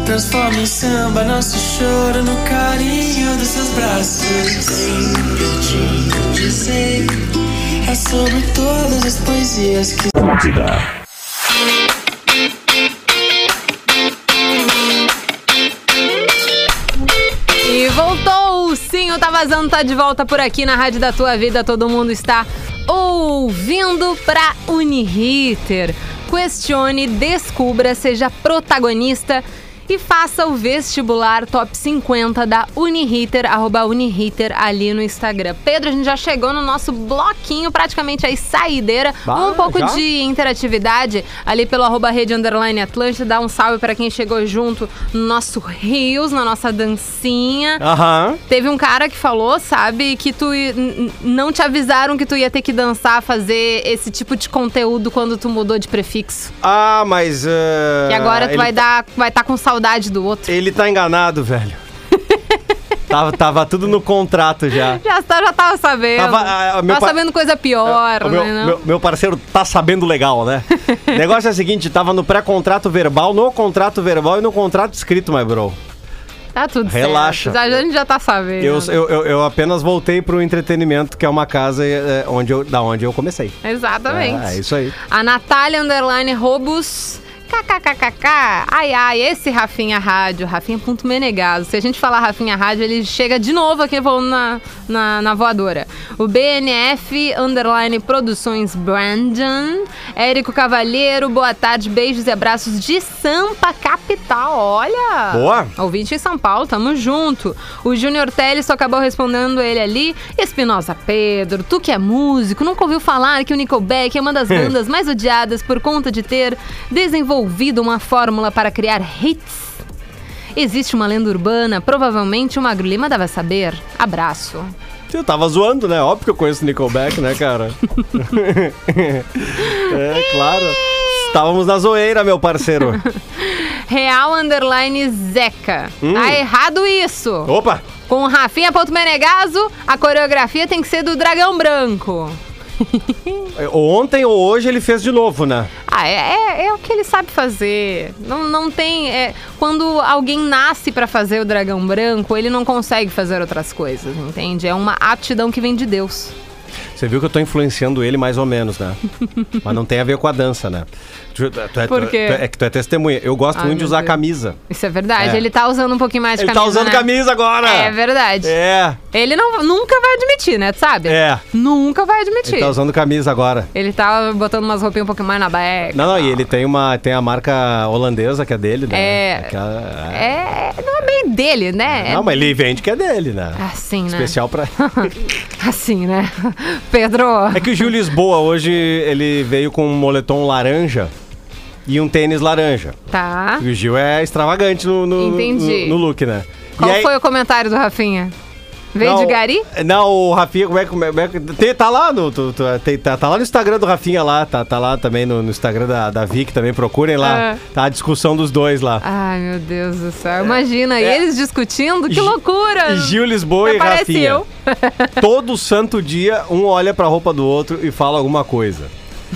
[SPEAKER 5] Transforma em samba nosso choro no carinho dos seus braços. Sempre te dizer é sobre todas as poesias que
[SPEAKER 3] E voltou! Sim, o Tá Vazando tá de volta por aqui na Rádio da Tua Vida. Todo mundo está ouvindo pra Uniriter. Questione, descubra, seja protagonista. e faça o vestibular top 50 da Uniriter, arroba Uniriter ali no Instagram. Pedro, a gente já chegou no nosso bloquinho, praticamente aí saideira,
[SPEAKER 4] Bah,
[SPEAKER 3] um pouco
[SPEAKER 4] já?
[SPEAKER 3] de interatividade ali pelo arroba rede underline Atlântida, dá um salve para quem chegou junto no nosso Rios, na nossa dancinha.
[SPEAKER 4] Aham.
[SPEAKER 3] Teve um cara que falou, sabe, que tu i- n- n- não te avisaram que tu ia ter que dançar, fazer esse tipo de conteúdo quando tu mudou de prefixo.
[SPEAKER 4] Ah, mas. eh,
[SPEAKER 3] e agora tu
[SPEAKER 4] ele,
[SPEAKER 3] vai dar, vai estar com saudade do outro.
[SPEAKER 4] Ele tá enganado, velho. tava, tava tudo no contrato já.
[SPEAKER 3] Já, tá- já tava sabendo.
[SPEAKER 4] Tava,
[SPEAKER 3] Tava,
[SPEAKER 4] ah, meu pa-
[SPEAKER 3] sabendo coisa pior,
[SPEAKER 4] O meu,
[SPEAKER 3] né? Não?
[SPEAKER 4] meu- meu parceiro tá sabendo legal, né? o negócio é o seguinte, tava no pré-contrato verbal, no contrato verbal e no contrato escrito, my bro.
[SPEAKER 3] Tá tudo
[SPEAKER 4] Relaxa.
[SPEAKER 3] certo. Já- A gente já tá sabendo.
[SPEAKER 4] Eu, eu, eu, eu apenas voltei pro entretenimento, que é uma casa eh, onde eu, da onde eu comecei.
[SPEAKER 3] Exatamente.
[SPEAKER 4] É, é isso aí.
[SPEAKER 3] A Natália Underline Robos. KKKKK. Ai, ai, esse Rafinha Rádio, Rafinha.menegaso. Se a gente falar Rafinha Rádio, ele chega de novo aqui falando na, na, na voadora. O BNF Underline Produções Brandon. Érico Cavalheiro, boa tarde, beijos e abraços de Sampa, capital. Olha!
[SPEAKER 4] Boa.
[SPEAKER 3] Ouvinte em São Paulo, tamo junto. O Júnior Teles só acabou respondendo ele ali. Espinosa Pedro, tu que é músico, nunca ouviu falar que o Nickelback é uma das bandas mais odiadas por conta de ter desenvolvido uma fórmula para criar hits? Existe uma lenda urbana, provavelmente o Magro Lima dava saber. Abraço.
[SPEAKER 4] Eu tava zoando, né? Óbvio que eu conheço o Nickelback, né, cara? é, claro. Estávamos na zoeira, meu parceiro.
[SPEAKER 3] Real Underline Zeca. Tá errado isso.
[SPEAKER 4] Opa!
[SPEAKER 3] Com Rafinha.menegaso, a coreografia tem que ser do Dragão Branco.
[SPEAKER 4] Ontem ou hoje ele fez de novo, né?
[SPEAKER 3] Ah, é, é- é o que ele sabe fazer. Não, não tem. é, quando alguém nasce pra fazer o dragão branco, ele não consegue fazer outras coisas, entende? É uma aptidão que vem de Deus.
[SPEAKER 4] Você viu que eu tô influenciando ele mais ou menos, né? Mas não tem a ver com a dança, né? Tu- tu- tu é-
[SPEAKER 3] Por quê?
[SPEAKER 4] tu é- é que tu é testemunha. Eu gosto
[SPEAKER 3] Ai,
[SPEAKER 4] muito de
[SPEAKER 3] meu
[SPEAKER 4] usar
[SPEAKER 3] Deus.
[SPEAKER 4] camisa.
[SPEAKER 3] Isso é verdade.
[SPEAKER 4] É.
[SPEAKER 3] Ele tá usando um pouquinho mais de
[SPEAKER 4] Ele
[SPEAKER 3] camisa.
[SPEAKER 4] tá usando
[SPEAKER 3] né?
[SPEAKER 4] camisa agora!
[SPEAKER 3] É verdade.
[SPEAKER 4] É,
[SPEAKER 3] Ele não, nunca vai admitir, né? Tu sabe?
[SPEAKER 4] É.
[SPEAKER 3] Nunca vai admitir.
[SPEAKER 4] ele tá usando camisa agora.
[SPEAKER 3] Ele tá botando umas roupinhas um pouquinho mais na beca.
[SPEAKER 4] Não, não, e ele tem uma tem a marca holandesa que é dele, né?
[SPEAKER 3] É.
[SPEAKER 4] Aquela-
[SPEAKER 3] É, não é bem dele, né?
[SPEAKER 4] Não, mas ele vende que é dele, né?
[SPEAKER 3] Assim, né?
[SPEAKER 4] Especial pra.
[SPEAKER 3] Assim, né? Pedro.
[SPEAKER 4] É que o Gil Lisboa hoje ele veio com um moletom laranja e um tênis laranja.
[SPEAKER 3] Tá.
[SPEAKER 4] E o Gil é extravagante no, no,
[SPEAKER 3] Entendi.
[SPEAKER 4] no- no look, né?
[SPEAKER 3] Qual
[SPEAKER 4] E aí-
[SPEAKER 3] foi o comentário do Rafinha? Veio de
[SPEAKER 4] Não,
[SPEAKER 3] Gari?
[SPEAKER 4] Não, o Rafinha, como é, que- como é, como é que- tem- tá lá no. tu- tu- tem- tá, tá lá no Instagram do Rafinha lá, tá, tá lá também no, no Instagram da, da Vic, também procurem lá.
[SPEAKER 3] Ah.
[SPEAKER 4] Tá a discussão dos dois lá.
[SPEAKER 3] Ai, meu Deus do céu. Imagina,
[SPEAKER 4] É.
[SPEAKER 3] eles discutindo? Que
[SPEAKER 4] Gi-
[SPEAKER 3] loucura!
[SPEAKER 4] Gil Lisboa
[SPEAKER 3] Até
[SPEAKER 4] e
[SPEAKER 3] Ah. parece
[SPEAKER 4] Rafinha.
[SPEAKER 3] eu.
[SPEAKER 4] Todo santo dia, um olha pra roupa do outro e fala alguma coisa.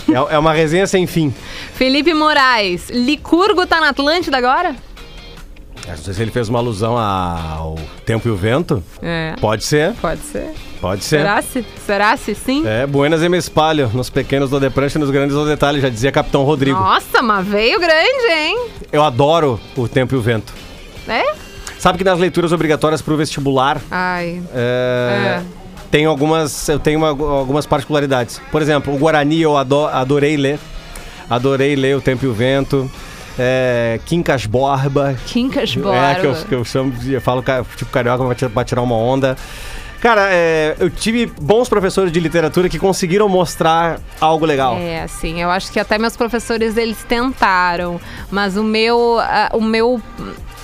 [SPEAKER 4] É, é uma resenha sem fim.
[SPEAKER 3] Felipe Moraes, Licurgo tá na Atlântida agora?
[SPEAKER 4] Não sei se ele fez uma alusão ao Tempo e o Vento.
[SPEAKER 3] É.
[SPEAKER 4] Pode ser,
[SPEAKER 3] Pode ser.
[SPEAKER 4] pode ser.
[SPEAKER 3] Será se? Será se sim?
[SPEAKER 4] É, Buenas e me espalho, nos pequenos do prancha e nos grandes do detalhe, já dizia Capitão Rodrigo.
[SPEAKER 3] Nossa, mas veio grande, hein?
[SPEAKER 4] Eu adoro o Tempo e o Vento.
[SPEAKER 3] É?
[SPEAKER 4] Sabe que nas leituras obrigatórias pro vestibular,
[SPEAKER 3] Ai.
[SPEAKER 4] é,
[SPEAKER 3] É.
[SPEAKER 4] tem algumas, eu tenho uma- algumas particularidades. Por exemplo, o Guarani eu ado- adorei ler. Adorei ler O Tempo e o Vento. É, Quincas Borba.
[SPEAKER 3] Quincas
[SPEAKER 4] É,
[SPEAKER 3] Borba.
[SPEAKER 4] que eu, que eu chamo, de- eu falo ca- tipo carioca pra tirar, pra tirar uma onda. Cara, é, eu tive bons professores de literatura que conseguiram mostrar algo legal.
[SPEAKER 3] É, assim, eu acho que até meus professores, eles tentaram, mas o meu, ah, o meu,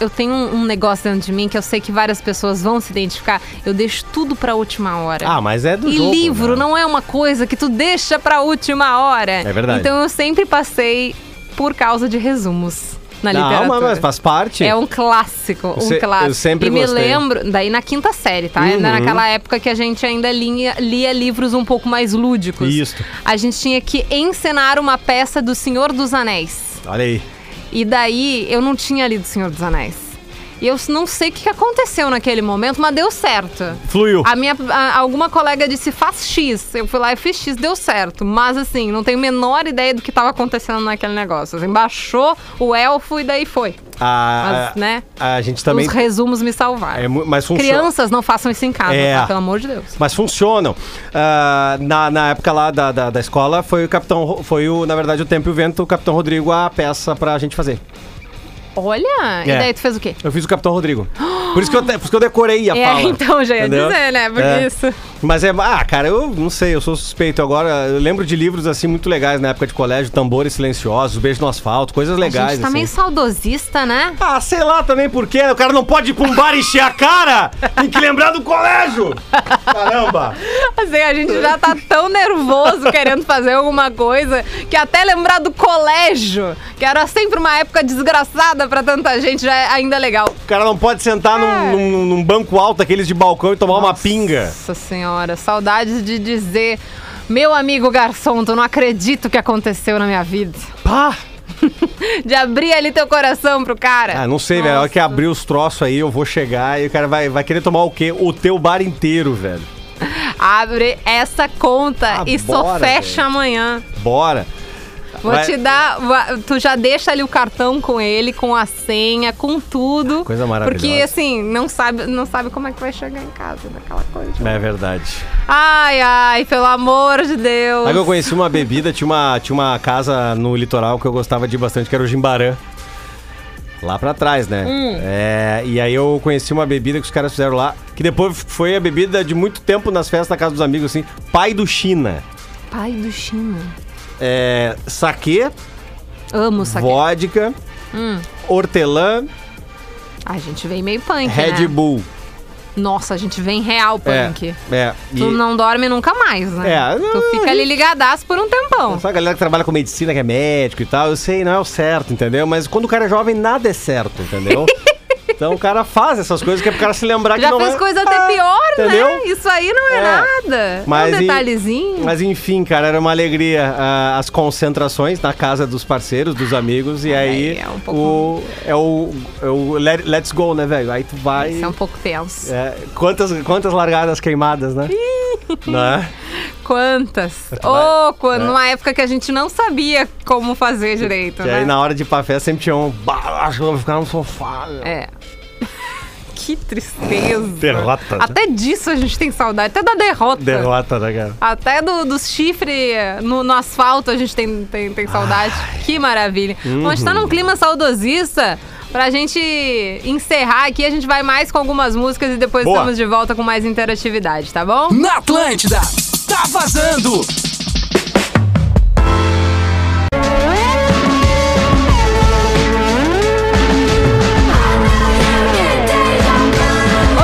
[SPEAKER 3] eu tenho um, um negócio dentro de mim que eu sei que várias pessoas vão se identificar, eu deixo tudo pra última hora.
[SPEAKER 4] Ah, mas é do
[SPEAKER 3] e
[SPEAKER 4] jogo,
[SPEAKER 3] livro
[SPEAKER 4] né?
[SPEAKER 3] não é uma coisa que tu deixa pra última hora.
[SPEAKER 4] É verdade.
[SPEAKER 3] Então eu sempre passei por causa de resumos na
[SPEAKER 4] Não,
[SPEAKER 3] é literatura.
[SPEAKER 4] mas- mas faz parte.
[SPEAKER 3] É um clássico, um
[SPEAKER 4] se- eu
[SPEAKER 3] clássico.
[SPEAKER 4] sempre
[SPEAKER 3] e me
[SPEAKER 4] gostei.
[SPEAKER 3] lembro, daí na quinta série, tá? Ainda
[SPEAKER 4] Uhum.
[SPEAKER 3] naquela época que a gente ainda linha- lia livros um pouco mais lúdicos.
[SPEAKER 4] Isto.
[SPEAKER 3] A gente tinha que encenar uma peça do Senhor dos Anéis.
[SPEAKER 4] Olha aí.
[SPEAKER 3] E daí eu não tinha lido Senhor dos Anéis. E eu não sei o que que aconteceu naquele momento, mas deu certo.
[SPEAKER 4] Fluiu.
[SPEAKER 3] A minha, a- alguma colega disse, faz X. Eu fui lá e fiz X, deu certo. Mas assim, não tenho a menor ideia do que estava acontecendo naquele negócio. Assim, baixou o elfo e daí foi.
[SPEAKER 4] A,
[SPEAKER 3] Mas, né?
[SPEAKER 4] a gente também.
[SPEAKER 3] Os resumos me salvaram.
[SPEAKER 4] É, mu- mas funciona.
[SPEAKER 3] Crianças não façam isso em casa,
[SPEAKER 4] É.
[SPEAKER 3] tá? Pelo amor de Deus.
[SPEAKER 4] Mas funcionam. Ah, na, na época lá da, da, da escola, foi o Capitão. Ro- Foi, o, na verdade, o Tempo e o Vento, o Capitão Rodrigo, a peça pra gente fazer.
[SPEAKER 3] Olha! E
[SPEAKER 4] É.
[SPEAKER 3] daí tu fez o quê?
[SPEAKER 4] Eu fiz o Capitão Rodrigo. Por isso que eu, te- por isso que eu decorei a
[SPEAKER 3] É,
[SPEAKER 4] fala.
[SPEAKER 3] então, já ia dizer, né? Por isso.
[SPEAKER 4] Mas é... Ah, cara, eu não sei, eu sou suspeito agora. Eu lembro de livros, assim, muito legais na época de colégio. Tambores Silenciosos, Beijo no Asfalto, coisas legais,
[SPEAKER 3] a gente tá
[SPEAKER 4] assim.
[SPEAKER 3] meio saudosista, né?
[SPEAKER 4] Ah, sei lá também por quê. O cara não pode ir pra um bar e encher a cara. Tem que lembrar do colégio. Caramba.
[SPEAKER 3] Assim, a gente já tá tão nervoso querendo fazer alguma coisa que até lembrar do colégio, que era sempre uma época desgraçada pra tanta gente, já é ainda legal.
[SPEAKER 4] O cara não pode sentar num, num- num banco alto, aqueles de balcão, e tomar uma pinga.
[SPEAKER 3] Nossa senhora, saudades de dizer. Meu amigo garçom, tu não acredito o que aconteceu na minha vida.
[SPEAKER 4] Pá!
[SPEAKER 3] De abrir ali teu coração pro cara.
[SPEAKER 4] Ah, não sei, velho. A hora que abrir os troços aí, eu vou chegar e o cara vai, vai querer tomar o quê? O teu bar inteiro, velho.
[SPEAKER 3] Abre essa conta
[SPEAKER 4] Ah,
[SPEAKER 3] e só
[SPEAKER 4] bora,
[SPEAKER 3] fecha
[SPEAKER 4] velho.
[SPEAKER 3] amanhã.
[SPEAKER 4] Bora.
[SPEAKER 3] Vou
[SPEAKER 4] Vai-
[SPEAKER 3] te dar. va- Tu já deixa ali o cartão com ele, com a senha, com tudo.
[SPEAKER 4] Ah, Coisa maravilhosa.
[SPEAKER 3] Porque assim, não sabe, não sabe como é que vai chegar em casa daquela coisa.
[SPEAKER 4] É verdade.
[SPEAKER 3] Ai, ai, pelo amor de Deus.
[SPEAKER 4] Aí eu conheci uma bebida, tinha uma, tinha uma casa no litoral que eu gostava de ir bastante, que era o Jimbarã. Lá pra trás, né? É, e aí eu conheci uma bebida que os caras fizeram lá, que depois foi a bebida de muito tempo nas festas na casa dos amigos, assim, pai do China.
[SPEAKER 3] Pai do China.
[SPEAKER 4] É, saquê,
[SPEAKER 3] Amo saque.
[SPEAKER 4] vodka,
[SPEAKER 3] Hum.
[SPEAKER 4] hortelã,
[SPEAKER 3] A gente vem meio punk,
[SPEAKER 4] Red
[SPEAKER 3] né?
[SPEAKER 4] Bull.
[SPEAKER 3] Nossa, a gente vem real
[SPEAKER 4] É,
[SPEAKER 3] punk.
[SPEAKER 4] é. E
[SPEAKER 3] Tu não dorme nunca mais, né?
[SPEAKER 4] É,
[SPEAKER 3] tu
[SPEAKER 4] não,
[SPEAKER 3] fica ali ligadaço por um tempão.
[SPEAKER 4] Só a galera que trabalha com medicina, que é médico e tal, eu sei, não é o certo, entendeu? Mas quando o cara é jovem, nada é certo, entendeu? Então o cara faz essas coisas que é pro cara se lembrar que
[SPEAKER 3] Já
[SPEAKER 4] não
[SPEAKER 3] fez
[SPEAKER 4] é-
[SPEAKER 3] coisa até
[SPEAKER 4] Ah,
[SPEAKER 3] pior, né?
[SPEAKER 4] entendeu?
[SPEAKER 3] Isso aí não é,
[SPEAKER 4] É.
[SPEAKER 3] nada.
[SPEAKER 4] Mas
[SPEAKER 3] é um
[SPEAKER 4] e-
[SPEAKER 3] detalhezinho.
[SPEAKER 4] Mas enfim, cara, era uma alegria ah, as concentrações na casa dos parceiros, dos amigos, e
[SPEAKER 3] aí
[SPEAKER 4] aí,
[SPEAKER 3] é
[SPEAKER 4] é
[SPEAKER 3] um
[SPEAKER 4] o,
[SPEAKER 3] pouco-
[SPEAKER 4] é o, é o let- let's go, né, velho? Aí tu vai.
[SPEAKER 3] Isso é um pouco tenso.
[SPEAKER 4] é, quantas, quantas largadas queimadas, né? né?
[SPEAKER 3] Quantas?
[SPEAKER 4] vai- né?
[SPEAKER 3] Ô, quando, numa época que a gente não sabia como fazer direito,
[SPEAKER 4] E
[SPEAKER 3] né?
[SPEAKER 4] aí na hora de ir pra festa sempre tinha um. "Bah, Acho que eu vou ficar no sofá. meu."
[SPEAKER 3] É. que tristeza.
[SPEAKER 4] Derrota, né?
[SPEAKER 3] Até disso a gente tem saudade, até da derrota.
[SPEAKER 4] Derrota, né, cara?
[SPEAKER 3] Até do, dos chifres no, no asfalto a gente tem, tem, tem saudade. Que maravilha. Bom, a gente tá num clima saudosista. Pra gente encerrar aqui, a gente vai mais com algumas músicas e depois
[SPEAKER 4] Boa.
[SPEAKER 3] estamos de volta com mais interatividade, tá bom?
[SPEAKER 2] Na Atlântida, tá vazando!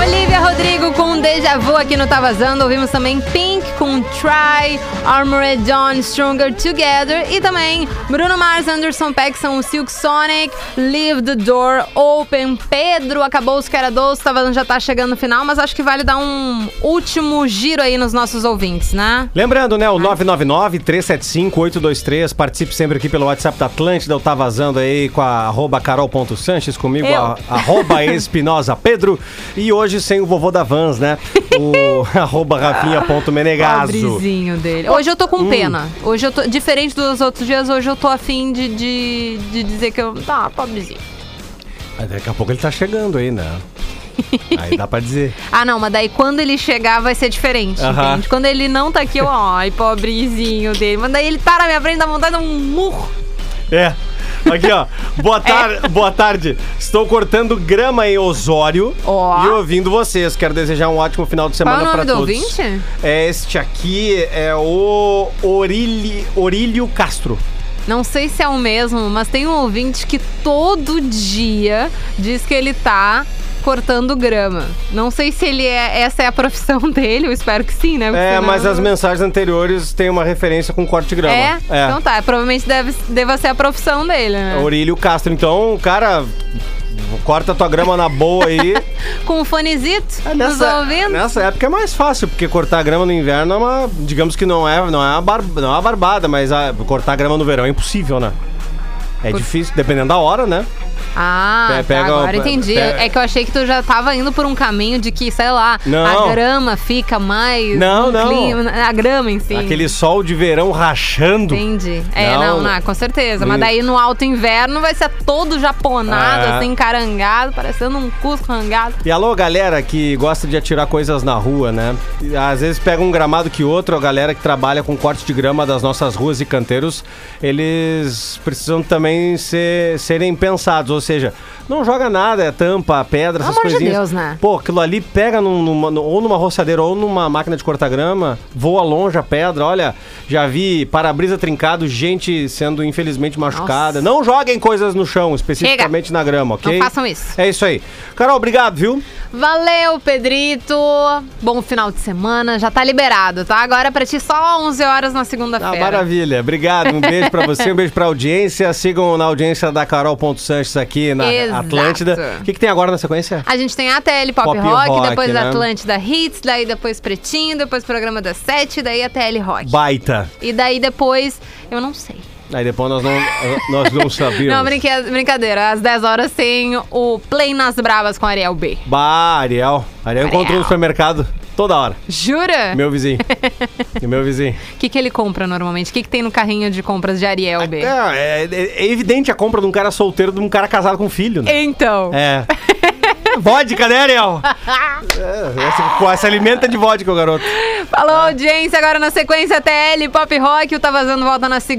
[SPEAKER 3] Olivia Rodrigo com Deja Vu aqui no Tá Vazando. Ouvimos também Pink com Try, Armored Dawn, Stronger Together e também Bruno Mars, Anderson Peck são o Silk Sonic, Leave the Door Open. Pedro acabou os que era doce, Tá Vazando já tá chegando no final, mas acho que vale dar um último giro aí nos nossos ouvintes, né?
[SPEAKER 4] Lembrando, né, o 999-375-823, participe sempre aqui pelo WhatsApp da Atlântida, eu tá vazando aí com a arroba carol.sanches, comigo
[SPEAKER 3] Eu.
[SPEAKER 4] a, arroba espinosa Pedro, e hoje sem o vovô da Vans, né, o arroba rafinha.menegaso.
[SPEAKER 3] Pobrezinho dele. Hoje eu tô com pena. Hoje eu tô. Diferente dos outros dias, hoje eu tô afim de, de, de dizer que eu. Tá, pobrezinho.
[SPEAKER 4] Mas Daqui a pouco ele tá chegando aí, né, aí dá pra dizer.
[SPEAKER 3] Ah, não, mas daí quando ele chegar vai ser diferente,
[SPEAKER 4] Aham.
[SPEAKER 3] entende? Quando ele não tá aqui, eu, ai, pobrezinho dele. Mas daí ele tá na minha frente, dá vontade de dar um murro.
[SPEAKER 4] É. Aqui, ó.
[SPEAKER 3] É.
[SPEAKER 4] Boa tarde, boa tarde. Estou cortando grama em Osório
[SPEAKER 3] Ó.
[SPEAKER 4] e ouvindo vocês. Quero desejar um ótimo final de semana
[SPEAKER 3] Qual é o
[SPEAKER 4] para
[SPEAKER 3] nome do
[SPEAKER 4] todos.
[SPEAKER 3] ouvinte?
[SPEAKER 4] É este aqui é o Orili, Orílio Castro.
[SPEAKER 3] Não sei se é o mesmo, mas tem um ouvinte que todo dia diz que ele tá cortando grama. Não sei se ele é. Essa é a profissão dele, eu espero que sim, né? Porque
[SPEAKER 4] É,
[SPEAKER 3] senão-
[SPEAKER 4] mas as mensagens anteriores têm uma referência com corte de grama.
[SPEAKER 3] É? Então tá, provavelmente deve, deva ser a profissão dele, né?
[SPEAKER 4] É Orílio Castro. Então, cara, corta tua grama na boa aí.
[SPEAKER 3] Com o fonezito, nos ouvindo.
[SPEAKER 4] É, nessa época é mais fácil, porque cortar grama no inverno é uma. Digamos que não é, não é, uma, bar- não é uma barbada, mas a- cortar grama no verão é impossível, né? É difícil, dependendo da hora, né?
[SPEAKER 3] Ah,
[SPEAKER 4] Pe-
[SPEAKER 3] tá,
[SPEAKER 4] pega o-
[SPEAKER 3] agora
[SPEAKER 4] pe-
[SPEAKER 3] entendi.
[SPEAKER 4] pe-
[SPEAKER 3] É que eu achei que tu já tava indo por um caminho de que, sei lá,
[SPEAKER 4] Não.
[SPEAKER 3] a grama fica mais. no
[SPEAKER 4] Não, não.
[SPEAKER 3] a grama em si.
[SPEAKER 4] Aquele sol de verão rachando.
[SPEAKER 3] Entendi. É, não,
[SPEAKER 4] Não.
[SPEAKER 3] não, com certeza. Mas
[SPEAKER 4] Hum.
[SPEAKER 3] daí no alto inverno vai ser todo japonado,
[SPEAKER 4] É.
[SPEAKER 3] assim, carangado, parecendo um cusco rangado.
[SPEAKER 4] E alô, galera que gosta de atirar coisas na rua, né? E Às vezes pega um gramado que outro, a galera que trabalha com corte de grama das nossas ruas e canteiros, eles precisam também ser, serem pensados. Ou ou seja, não joga nada, é tampa, pedra, essas
[SPEAKER 3] Pelo amor de
[SPEAKER 4] coisinhas.
[SPEAKER 3] Deus, né?
[SPEAKER 4] Pô, aquilo ali pega num- numa- no- ou numa roçadeira ou numa máquina de cortar grama, voa longe a pedra, olha, já vi para-brisa trincado, gente sendo infelizmente machucada. Não joguem coisas no chão, especificamente na grama, ok?
[SPEAKER 3] Não façam isso.
[SPEAKER 4] É isso aí. Carol, obrigado, viu?
[SPEAKER 3] Valeu, Pedrito. Bom final de semana. Já tá liberado, tá? Agora pra ti só 11 horas na
[SPEAKER 4] Ah,
[SPEAKER 3] segunda-feira.
[SPEAKER 4] maravilha. Obrigado. Um beijo pra você, um beijo pra audiência. Sigam na audiência da Carol.Sanches aqui na
[SPEAKER 3] Exato.
[SPEAKER 4] Atlântida. O que, que tem agora na sequência?
[SPEAKER 3] a gente tem ATL Pop,
[SPEAKER 4] Pop
[SPEAKER 3] Rock,
[SPEAKER 4] Rock,
[SPEAKER 3] depois
[SPEAKER 4] né?
[SPEAKER 3] Atlântida Hits, daí depois Pretinho, depois Programa das Sete, daí ATL Rock.
[SPEAKER 4] Baita.
[SPEAKER 3] E daí depois, eu não sei.
[SPEAKER 4] Aí depois nós não, nós não sabíamos.
[SPEAKER 3] Não, brinque- brincadeira. Às 10 horas tem o Play nas Bravas com Ariel B.
[SPEAKER 4] Bah, Ariel. Ariel encontrou no supermercado toda hora.
[SPEAKER 3] Jura?
[SPEAKER 4] Meu vizinho. E meu vizinho.
[SPEAKER 3] O que, que ele compra normalmente? O que, que tem no carrinho de compras de Ariel B?
[SPEAKER 4] É, é- é evidente a compra de um cara solteiro de um cara casado com filho, né?
[SPEAKER 3] Então.
[SPEAKER 4] É. Vodka, né, Ariel? É, se, se alimenta de vodka, o garoto. Ah.
[SPEAKER 3] Falou, audiência. Agora na sequência, TL Pop Rock. O Tá Vazando volta na segunda.